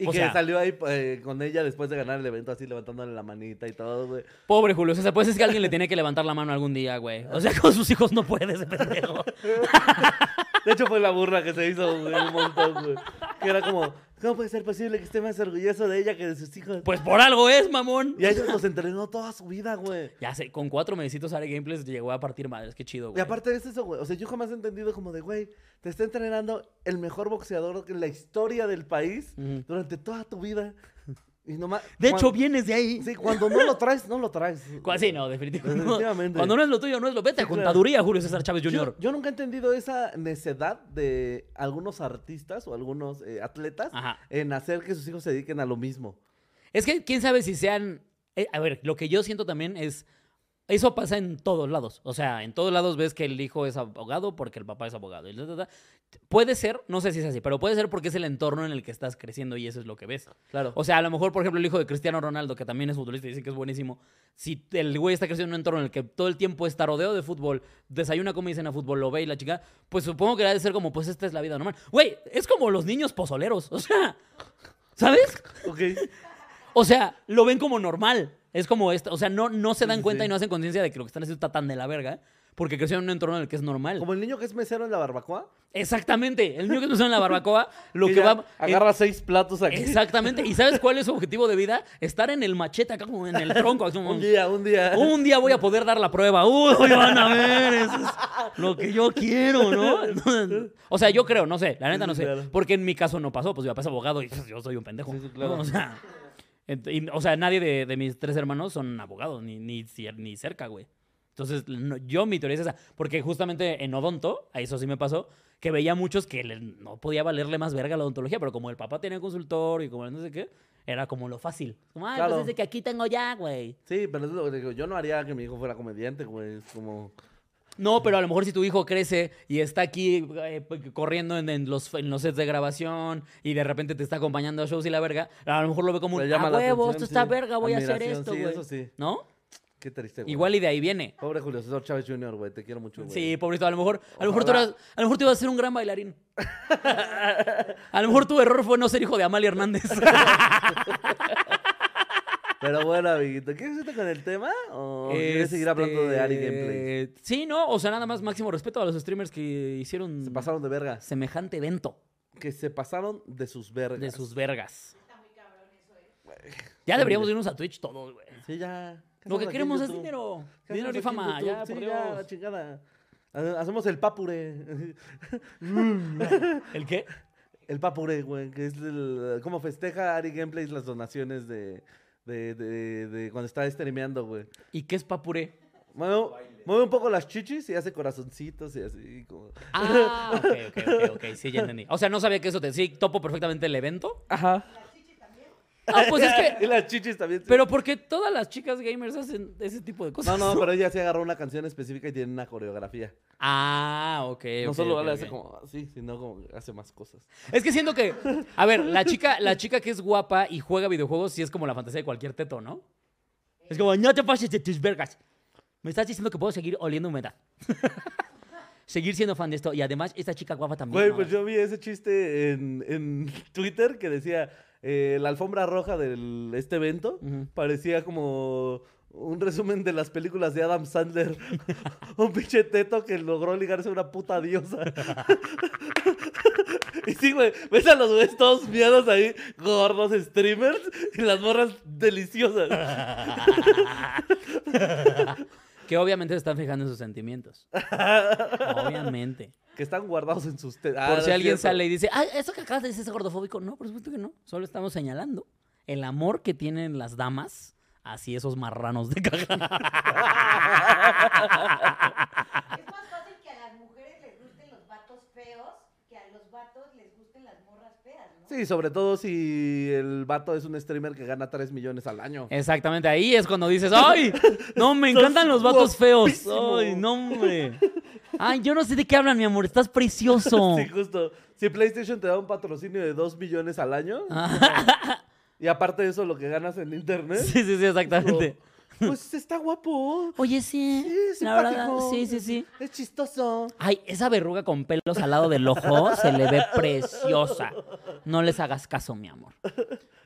Speaker 2: Y
Speaker 1: O
Speaker 2: que
Speaker 1: sea-
Speaker 2: salió ahí eh, con ella después de ganar el evento así levantándole la manita y todo, güey.
Speaker 1: Pobre Julio César, pues es que alguien le tiene que levantar la mano algún día, güey. O sea, con sus hijos no puede ese pendejo.
Speaker 2: De hecho, fue la burla que se hizo, güey, un montón, güey. Que era como, ¿Cómo puede ser posible que esté más orgulloso de ella que de sus hijos?
Speaker 1: Pues por algo es, mamón.
Speaker 2: Y a ellos los entrenó toda su vida, güey.
Speaker 1: Ya sé, con cuatro mesecitos Are Gameplays llegó a partir madres. Qué chido,
Speaker 2: Y
Speaker 1: güey.
Speaker 2: aparte es eso, güey. O sea, yo jamás he entendido como de, güey, te está entrenando el mejor boxeador en la historia del país
Speaker 1: Ujú.
Speaker 2: durante toda tu vida. Y nomás,
Speaker 1: De
Speaker 2: cuan-
Speaker 1: hecho, vienes de ahí.
Speaker 2: Sí, cuando no lo traes, no
Speaker 1: (laughs)
Speaker 2: lo traes.
Speaker 1: Cu- Sí, no, definitivamente.
Speaker 2: Definitivamente.
Speaker 1: Cuando no es lo tuyo, no es lo. Vete a
Speaker 2: Sí, claro.
Speaker 1: contaduría, Julio César Chávez Jr.
Speaker 2: Yo, yo nunca he entendido esa necedad de algunos artistas o algunos eh, atletas
Speaker 1: Ajá.
Speaker 2: en hacer que sus hijos se dediquen a lo mismo.
Speaker 1: Es que quién sabe si sean. eh, a ver, lo que yo siento también es. Eso pasa en todos lados. O sea, en todos lados ves que el hijo es abogado porque el papá es abogado. y ta, ta, ta. Puede ser, no sé si es así, pero puede ser porque es el entorno en el que estás creciendo y eso es lo que ves.
Speaker 2: Claro.
Speaker 1: O sea, a lo mejor, por ejemplo, el hijo de Cristiano Ronaldo, que también es futbolista y dicen que es buenísimo. Si el güey está creciendo en un entorno en el que todo el tiempo está rodeado de fútbol, desayuna, come y cena fútbol, lo ve y la chica, pues supongo que le ha de ser como, pues esta es la vida normal. Güey, es como los niños pozoleros. O sea, ¿sabes? (laughs)
Speaker 2: ok.
Speaker 1: O sea, lo ven como normal. Es como esto. O sea, no, no se dan
Speaker 2: sí,
Speaker 1: cuenta
Speaker 2: sí.
Speaker 1: y no hacen conciencia de que lo que están haciendo está tan de la verga. ¿eh? Porque crecieron en un entorno en el que es normal.
Speaker 2: Como el niño que es mesero en la barbacoa.
Speaker 1: Exactamente. El niño que nos en la barbacoa, lo que
Speaker 2: ya
Speaker 1: va. eh,
Speaker 2: Agarra seis platos aquí.
Speaker 1: Exactamente. ¿Y sabes cuál es su objetivo de vida? Estar en el machete acá, como en el tronco. así como,
Speaker 2: (laughs) Un día, un día.
Speaker 1: un día voy a poder dar la prueba. Uy, van a ver. Eso es lo que yo quiero, ¿no? Entonces, O sea, yo creo, no sé. La neta
Speaker 2: Sí,
Speaker 1: no
Speaker 2: sí,
Speaker 1: sé.
Speaker 2: claro.
Speaker 1: Porque en mi caso no pasó. Pues mi papá es abogado y (laughs) pues, yo soy un pendejo.
Speaker 2: Sí, sí, claro.
Speaker 1: ¿no? O sea. ent- y- o sea, nadie de, de mis tres hermanos son abogados, ni, ni, cier- ni cerca, güey. Entonces, no- yo mi teoría es esa. Porque justamente en Odonto, a eso sí me pasó, que veía muchos que le- no podía valerle más verga la odontología, pero como el papá tenía consultor y como el no sé qué, era como lo fácil. Como, ay,
Speaker 2: Claro.
Speaker 1: pues es de que aquí tengo ya, güey.
Speaker 2: Sí, pero es lo que digo. Yo no haría que mi hijo fuera comediante, güey. Es como.
Speaker 1: No, pero a lo mejor si tu hijo crece y está aquí eh, p- corriendo en, en los, en los sets de grabación y de repente te está acompañando a shows y la verga, a lo mejor lo ve como
Speaker 2: le
Speaker 1: un,
Speaker 2: llama
Speaker 1: a
Speaker 2: la
Speaker 1: huevo, esto
Speaker 2: atención,
Speaker 1: está
Speaker 2: sí.
Speaker 1: verga, voy a hacer
Speaker 2: Admiración,
Speaker 1: esto,
Speaker 2: sí,
Speaker 1: güey.
Speaker 2: Eso sí.
Speaker 1: ¿no?
Speaker 2: Qué triste, güey.
Speaker 1: Igual y de ahí viene.
Speaker 2: Pobre Julio César Chávez Jr., güey. Te quiero mucho, güey.
Speaker 1: Sí, pobrecito, a lo mejor, a lo mejor, tú
Speaker 2: Ojalá.
Speaker 1: eras- a lo mejor tú ibas a ser un gran
Speaker 2: (laughs)
Speaker 1: bailarín. A lo mejor tu error fue no ser hijo de Amalia Hernández.
Speaker 2: (laughs) Pero bueno, amiguito. ¿Quieres irte con el tema? ¿O quieres seguir hablando de Ari Gameplay?
Speaker 1: Gameplay? Este, Sí, no, o sea, nada más máximo respeto a los streamers que hicieron
Speaker 2: Se pasaron de verga.
Speaker 1: semejante evento
Speaker 2: Que se pasaron de sus vergas.
Speaker 1: de sus vergas.
Speaker 3: Está muy cabrón eso, ¿eh?
Speaker 1: Ya deberíamos irnos a Twitch todos, güey.
Speaker 2: Sí, ya. ¿Qué
Speaker 1: Lo
Speaker 2: hacemos aquí
Speaker 1: que
Speaker 2: en
Speaker 1: queremos es
Speaker 2: YouTube?
Speaker 1: dinero.
Speaker 2: ¿Qué
Speaker 1: Dinero y
Speaker 2: hacemos aquí en
Speaker 1: fama.
Speaker 2: YouTube?
Speaker 1: Ya,
Speaker 2: Sí,
Speaker 1: por
Speaker 2: ya, la
Speaker 1: Dios.
Speaker 2: chingada. Ha- Hacemos el papure. (laughs)
Speaker 1: ¿El qué?
Speaker 2: El papure, güey, que es el, como festeja Ari Gameplays las donaciones de, de, de, de cuando está streameando, güey.
Speaker 1: ¿Y qué es papuré?
Speaker 2: Mueve, mueve un poco las chichis y hace corazoncitos y así. Como...
Speaker 1: Ah, (laughs) ok, ok, ok, ok. Sí, ya entendí. O sea, no sabía que eso te. Sí, topo perfectamente el evento.
Speaker 2: Ajá.
Speaker 1: Ah, pues es que.
Speaker 2: (laughs) y las chichis también. sí.
Speaker 1: Pero porque todas las chicas gamers hacen ese tipo de cosas.
Speaker 2: No,
Speaker 1: (laughs)
Speaker 2: no, pero ella se agarró una canción específica y tiene una coreografía.
Speaker 1: Ah, ok.
Speaker 2: no
Speaker 1: ok,
Speaker 2: solo
Speaker 1: ok,
Speaker 2: la
Speaker 1: ok.
Speaker 2: hace como así, sino como que hace más cosas.
Speaker 1: Es que siento que. A ver, la chica, la chica que es guapa y juega videojuegos, sí es como la fantasía de cualquier teto, ¿no? Es como, no te pases de tus vergas. Me estás diciendo que puedo seguir oliendo humedad. (laughs) seguir siendo fan de esto. Y además, esta chica guapa también.
Speaker 2: Güey,
Speaker 1: ¿no?
Speaker 2: pues yo vi ese chiste en, en (laughs) Twitter que decía, eh, la alfombra roja de este evento
Speaker 1: Ujú.
Speaker 2: parecía como un resumen de las películas de Adam Sandler. (laughs) un pinche teto que logró ligarse a una puta diosa. (laughs) y sí, güey, ves a los güeyes todos miedos ahí, gordos streamers y las morras
Speaker 1: (laughs)
Speaker 2: deliciosas.
Speaker 1: Que obviamente se están fijando en sus
Speaker 2: (laughs)
Speaker 1: sentimientos. obviamente.
Speaker 2: que están guardados en sus ah, tetas.
Speaker 1: Por si alguien sale y dice, ah, eso que acabas de decir es gordofóbico. No, por supuesto que no. Solo estamos señalando el amor que tienen las damas hacia esos marranos de caja.
Speaker 3: Es más fácil que a las mujeres les gusten los vatos feos que a los vatos les gusten las morras feas, ¿no?
Speaker 2: Sí, sobre todo si el vato es un streamer que gana 3 millones al año.
Speaker 1: Exactamente, ahí es cuando dices,
Speaker 2: (laughs)
Speaker 1: ¡ay! No, me encantan los vatos feos.
Speaker 2: guapísimo.
Speaker 1: ¡Ay, no, hombre! Ay, yo no sé de qué hablan, mi amor, estás precioso.
Speaker 2: (laughs) Sí, ¿eh? justo. Si PlayStation te da un patrocinio de 2 millones al año,
Speaker 1: Ah.
Speaker 2: y aparte de eso lo que ganas en internet,
Speaker 1: Sí, sí, sí, exactamente.
Speaker 2: pues está guapo.
Speaker 1: Oye, sí,
Speaker 2: Sí, es
Speaker 1: la verdad,
Speaker 2: simpático.
Speaker 1: sí, sí, sí.
Speaker 2: Es chistoso.
Speaker 1: Ay, esa verruga con pelos al lado del ojo se le ve preciosa. No les hagas caso, mi amor.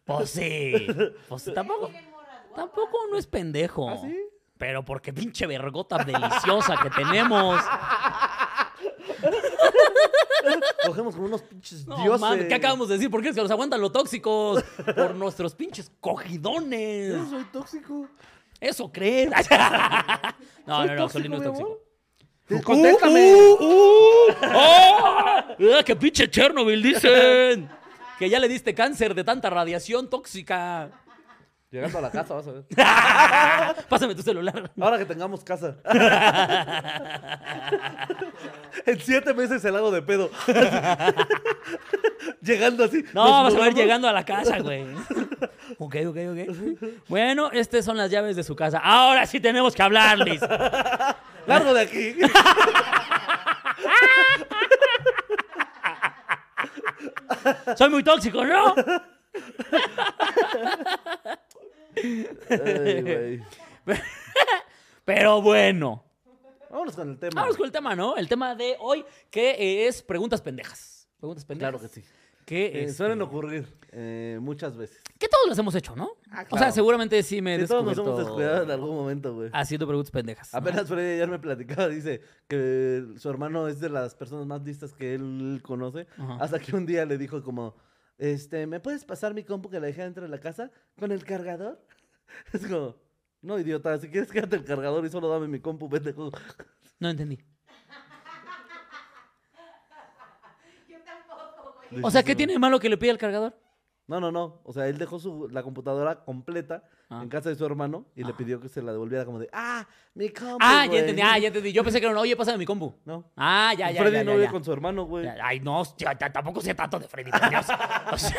Speaker 1: Pues sí. Pues sí, tampoco,
Speaker 3: Tienen morras guapas.
Speaker 1: tampoco uno es pendejo.
Speaker 2: ¿Ah, sí?
Speaker 1: Pero porque pinche vergota deliciosa que tenemos.
Speaker 2: Cogemos como unos pinches
Speaker 1: No,
Speaker 2: dioses.
Speaker 1: mames, ¿qué acabamos de decir? ¿Por qué es que nos aguantan los tóxicos? Por nuestros pinches cogidones.
Speaker 2: Yo soy tóxico.
Speaker 1: Uh, Eso creer. (laughs) no,
Speaker 2: Soy
Speaker 1: no, no, Solín no es
Speaker 2: tóxico, mi
Speaker 1: tóxico.
Speaker 2: amor. Eh, ¡Contéstame!
Speaker 1: Uh. ¡Oh! ¡Ah, ¡Qué pinche Chernobyl dicen! Que ya le diste cáncer de tanta radiación tóxica. (laughs)
Speaker 2: Llegando a la casa, vas a ver.
Speaker 1: Pásame tu celular.
Speaker 2: Ahora que tengamos
Speaker 1: (laughs)
Speaker 2: casa. en siete meses el hago
Speaker 1: (laughs)
Speaker 2: de pedo. Llegando así.
Speaker 1: Pues, No, vas
Speaker 2: nos
Speaker 1: a ver
Speaker 2: mudamos.
Speaker 1: llegando a la casa, güey. (laughs) Ok, ok, ok. Bueno, estas son las llaves de su casa. Ahora sí tenemos que hablarles.
Speaker 2: Largo de aquí.
Speaker 1: Soy muy tóxico, ¿no? (laughs)
Speaker 2: Ay, güey.
Speaker 1: Pero bueno.
Speaker 2: Vámonos con el tema.
Speaker 1: Vamos con el tema, ¿no? El tema de hoy, que eh, es preguntas pendejas. Preguntas pendejas.
Speaker 2: Claro que sí.
Speaker 1: Que,
Speaker 2: Eh,
Speaker 1: este,
Speaker 2: suelen ocurrir eh, muchas veces.
Speaker 1: que todos las hemos hecho, ¿no? O sea,
Speaker 2: claro.
Speaker 1: seguramente sí me he
Speaker 2: Sí, todos nos hemos
Speaker 1: descubierto Ah,
Speaker 2: descuidado en algún momento, güey.
Speaker 1: haciendo preguntas pendejas. ¿no?
Speaker 2: Apenas Freddy ayer me platicaba, dice que su hermano es de las personas más listas que él conoce.
Speaker 1: Ajá.
Speaker 2: Hasta que un día le dijo como, este, ¿me puedes pasar mi compu que la dejé dentro de la casa con el cargador? (laughs) Es como, no, idiota, si quieres quédate el cargador y solo dame mi compu, pendejo.
Speaker 1: No entendí.
Speaker 3: Yo tampoco, güey.
Speaker 1: O sea, ¿qué tiene de malo que le pida el cargador?
Speaker 2: No, no, no. O sea, él dejó su, la computadora completa
Speaker 1: Ah.
Speaker 2: en casa de su hermano y le
Speaker 1: Ajá.
Speaker 2: pidió que se la devolviera como de, ah, mi compu.
Speaker 1: Ah, ya
Speaker 2: güey".
Speaker 1: entendí, ah, ya entendí. Yo pensé que era, un, oye, pásame mi compu.
Speaker 2: No.
Speaker 1: Ah, ya, ya,
Speaker 2: Freddy
Speaker 1: ya,
Speaker 2: no
Speaker 1: ya,
Speaker 2: vive
Speaker 1: ya.
Speaker 2: con su hermano, güey.
Speaker 1: Ya, Ay, no, hostia, t- tampoco sé tanto de Freddy, (laughs) por Dios. O
Speaker 2: (laughs)
Speaker 1: sea,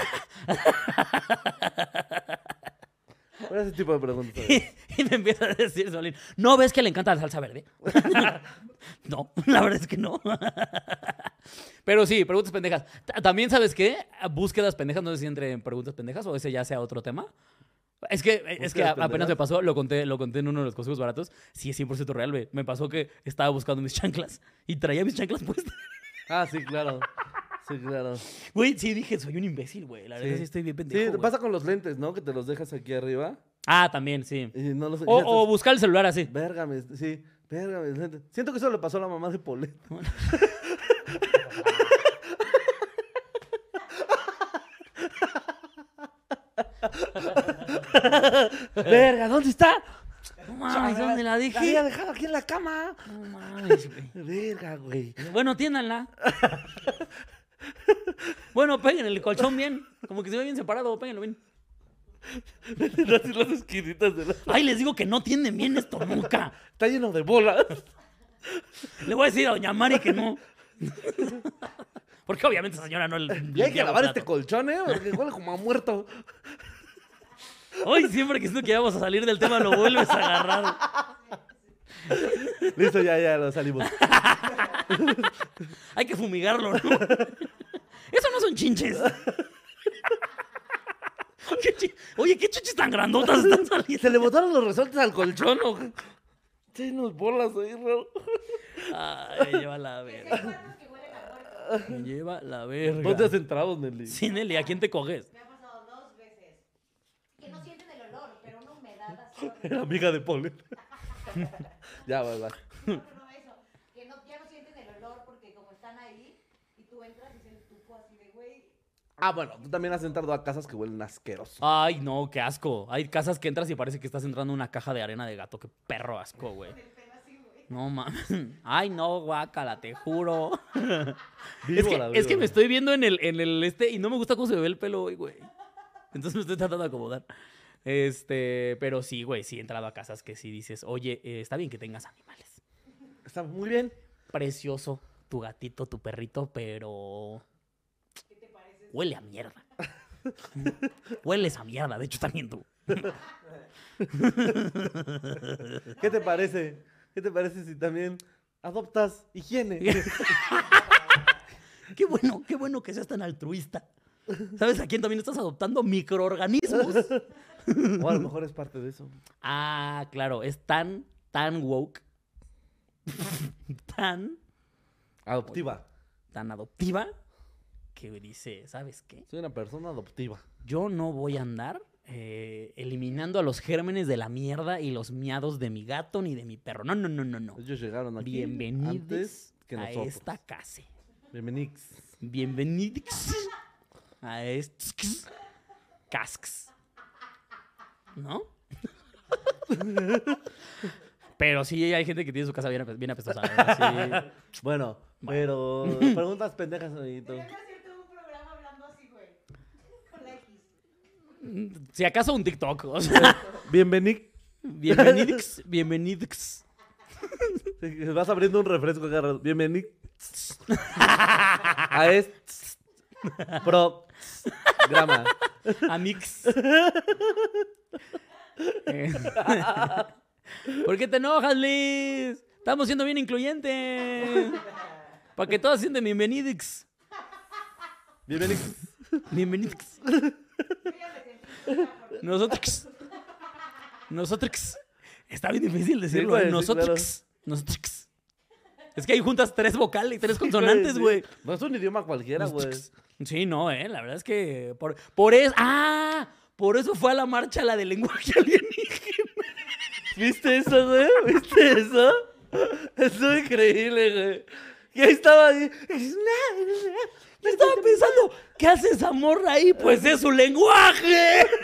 Speaker 2: Por ese tipo de preguntas.
Speaker 1: (laughs) y, y me empieza a decir Solín, ¿no ves que le encanta la salsa verde? (laughs) no, la verdad es que no. (laughs) Pero sí, preguntas pendejas. Ta- También, ¿sabes qué? Búsquedas pendejas, no sé si entre en preguntas pendejas o ese ya sea otro tema. Es que, eh, es que
Speaker 2: Búsquedas
Speaker 1: a- apenas
Speaker 2: pendejas.
Speaker 1: me pasó, lo conté, lo conté en uno de los consejos baratos. Sí, es 100% real, güey. Me pasó que estaba buscando mis chanclas y traía mis chanclas puestas. (laughs)
Speaker 2: Ah, sí, claro. Sí, claro.
Speaker 1: Güey, sí dije, soy un imbécil, güey. La verdad sí,
Speaker 2: Sí.
Speaker 1: estoy bien
Speaker 2: Sí,
Speaker 1: pendejo. güey.
Speaker 2: pasa con los lentes, ¿no? Que te los dejas aquí arriba
Speaker 1: Ah, también, sí.
Speaker 2: y no los
Speaker 1: O,
Speaker 2: ya
Speaker 1: o
Speaker 2: estás-
Speaker 1: buscar el celular así.
Speaker 2: Verga, mis- sí, verga, mis lentes. Siento que eso le pasó a la mamá de (laughs) Polet. verga, ¿dónde está?
Speaker 1: No mames, ¿dónde la
Speaker 2: La había
Speaker 1: dejé?
Speaker 2: dejado aquí en la cama.
Speaker 1: No mames, güey.
Speaker 2: Verga, güey.
Speaker 1: Bueno, tiéndanla. Bueno, peguen el colchón bien. Como que se ve bien separado, péguenlo bien.
Speaker 2: (laughs) Así las esquinitas de la...
Speaker 1: Ay, les digo que no tienden bien esto nunca.
Speaker 2: Está lleno de bolas.
Speaker 1: Le voy a decir a doña Mari que no. Porque obviamente esa señora no le.
Speaker 2: Y hay que
Speaker 1: limpiaba
Speaker 2: lavar
Speaker 1: plato.
Speaker 2: este colchón, ¿eh? Porque huele como a muerto.
Speaker 1: Hoy siempre que siento que vamos a salir del tema lo vuelves a agarrar.
Speaker 2: (laughs) Listo, ya, ya, lo salimos.
Speaker 1: Hay que fumigarlo, ¿no? Eso no son chinches. ¿Qué chi- Oye, ¿qué chinches tan grandotas están saliendo?
Speaker 2: ¿Se le botaron los resortes al colchón o qué? Sí, unos bolas ahí, raro.
Speaker 1: Ay, me lleva la
Speaker 3: Que
Speaker 1: verga.
Speaker 3: hay cuartos que huelen a muerto.
Speaker 1: Me
Speaker 2: (laughs)
Speaker 1: lleva la
Speaker 2: No te
Speaker 1: (laughs) verga.
Speaker 2: has entrado, Nelly.
Speaker 1: Sí, Nelly, ¿a quién te coges?
Speaker 3: Me ha pasado dos veces. Que no sienten el olor, pero una humedad así. horrible.
Speaker 1: (laughs)
Speaker 2: Era amiga de Paul. ya, va, va.
Speaker 3: No, no, no, eso. Que no, ya no sienten el olor porque como están ahí y tú entras y se estuvo así de güey.
Speaker 2: Ah, bueno, tú también has entrado a casas que huelen asqueroso.
Speaker 1: Ay, no, qué asco. Hay casas que entras y parece que estás entrando a una caja de arena de gato. Qué perro asco, güey. No mames. (laughs) Ay, no, guácala, te juro. Es que,
Speaker 2: Víbora,
Speaker 1: es que
Speaker 2: víbora.
Speaker 1: me estoy viendo en el, en el este y no me gusta cómo se me ve el pelo hoy, güey. Entonces me estoy tratando de acomodar. Este, pero sí, güey, sí he entrado a casas que sí dices, oye, eh, está bien que tengas animales.
Speaker 2: Está muy bien.
Speaker 1: Precioso tu gatito, tu perrito, pero. Huele a mierda. Hueles a mierda, de hecho también tú.
Speaker 2: ¿Qué te parece? ¿Qué te parece si también adoptas higiene? (laughs)
Speaker 1: Qué bueno, qué bueno que seas tan altruista. ¿Sabes a quién también estás adoptando? Microorganismos.
Speaker 2: o a lo mejor es parte de eso.
Speaker 1: Ah, claro, es tan, tan woke, (laughs) tan,
Speaker 2: Adoptiva.
Speaker 1: tan adoptiva, que dice, ¿sabes qué?
Speaker 2: Soy una persona adoptiva.
Speaker 1: Yo no voy a andar eh, eliminando a los gérmenes de la mierda y los miados de mi gato ni de mi perro. No, no, no, no, no.
Speaker 2: Ellos llegaron aquí
Speaker 1: Bienvenidos
Speaker 2: antes que
Speaker 1: a
Speaker 2: nosotros.
Speaker 1: esta casa.
Speaker 2: Bienvenix.
Speaker 1: Bienvenidos a estos casks. ¿No? Pero sí hay gente que tiene su casa bien, ape- bien apestosa. ¿verdad? Sí.
Speaker 2: Bueno, pero
Speaker 1: (laughs)
Speaker 2: preguntas pendejas, amiguito.
Speaker 3: Debería hacer todo un programa hablando así, güey. Con la X.
Speaker 2: (laughs)
Speaker 1: Si acaso un TikTok. O sea,
Speaker 2: Bienvenix.
Speaker 1: bienvenidos, bienvenidos.
Speaker 2: Sí, Vas abriendo un refresco, agarras. Bienvenido. (laughs) A este. Pro. Grama.
Speaker 1: Amix. Eh, (laughs) ¿Por qué te enojas, Liz? Estamos siendo bien incluyentes. Para que todos sienten bienvenidos.
Speaker 2: Bienvenido.
Speaker 1: Bienvenidos.
Speaker 3: Yo ya me sentí culpa por-
Speaker 1: Nosotros. Nosotros. Está bien difícil decirlo.
Speaker 2: güey, sí,
Speaker 1: nosotros. Nosotros. Es que ahí juntas tres vocales y tres consonantes,
Speaker 2: Sí,
Speaker 1: güey.
Speaker 2: No es un idioma cualquiera, güey.
Speaker 1: Sí, no, eh. La verdad es que. Por, por eso. ¡Ah! Por eso fue a la marcha la de lenguaje (laughs) alienígena.
Speaker 2: ¿Viste eso, güey? ¿Viste eso? Es increíble, güey. Y ahí estaba ahí.
Speaker 1: Yo estaba pensando, ¿qué hace esa morra ahí? Pues es su lenguaje. (laughs)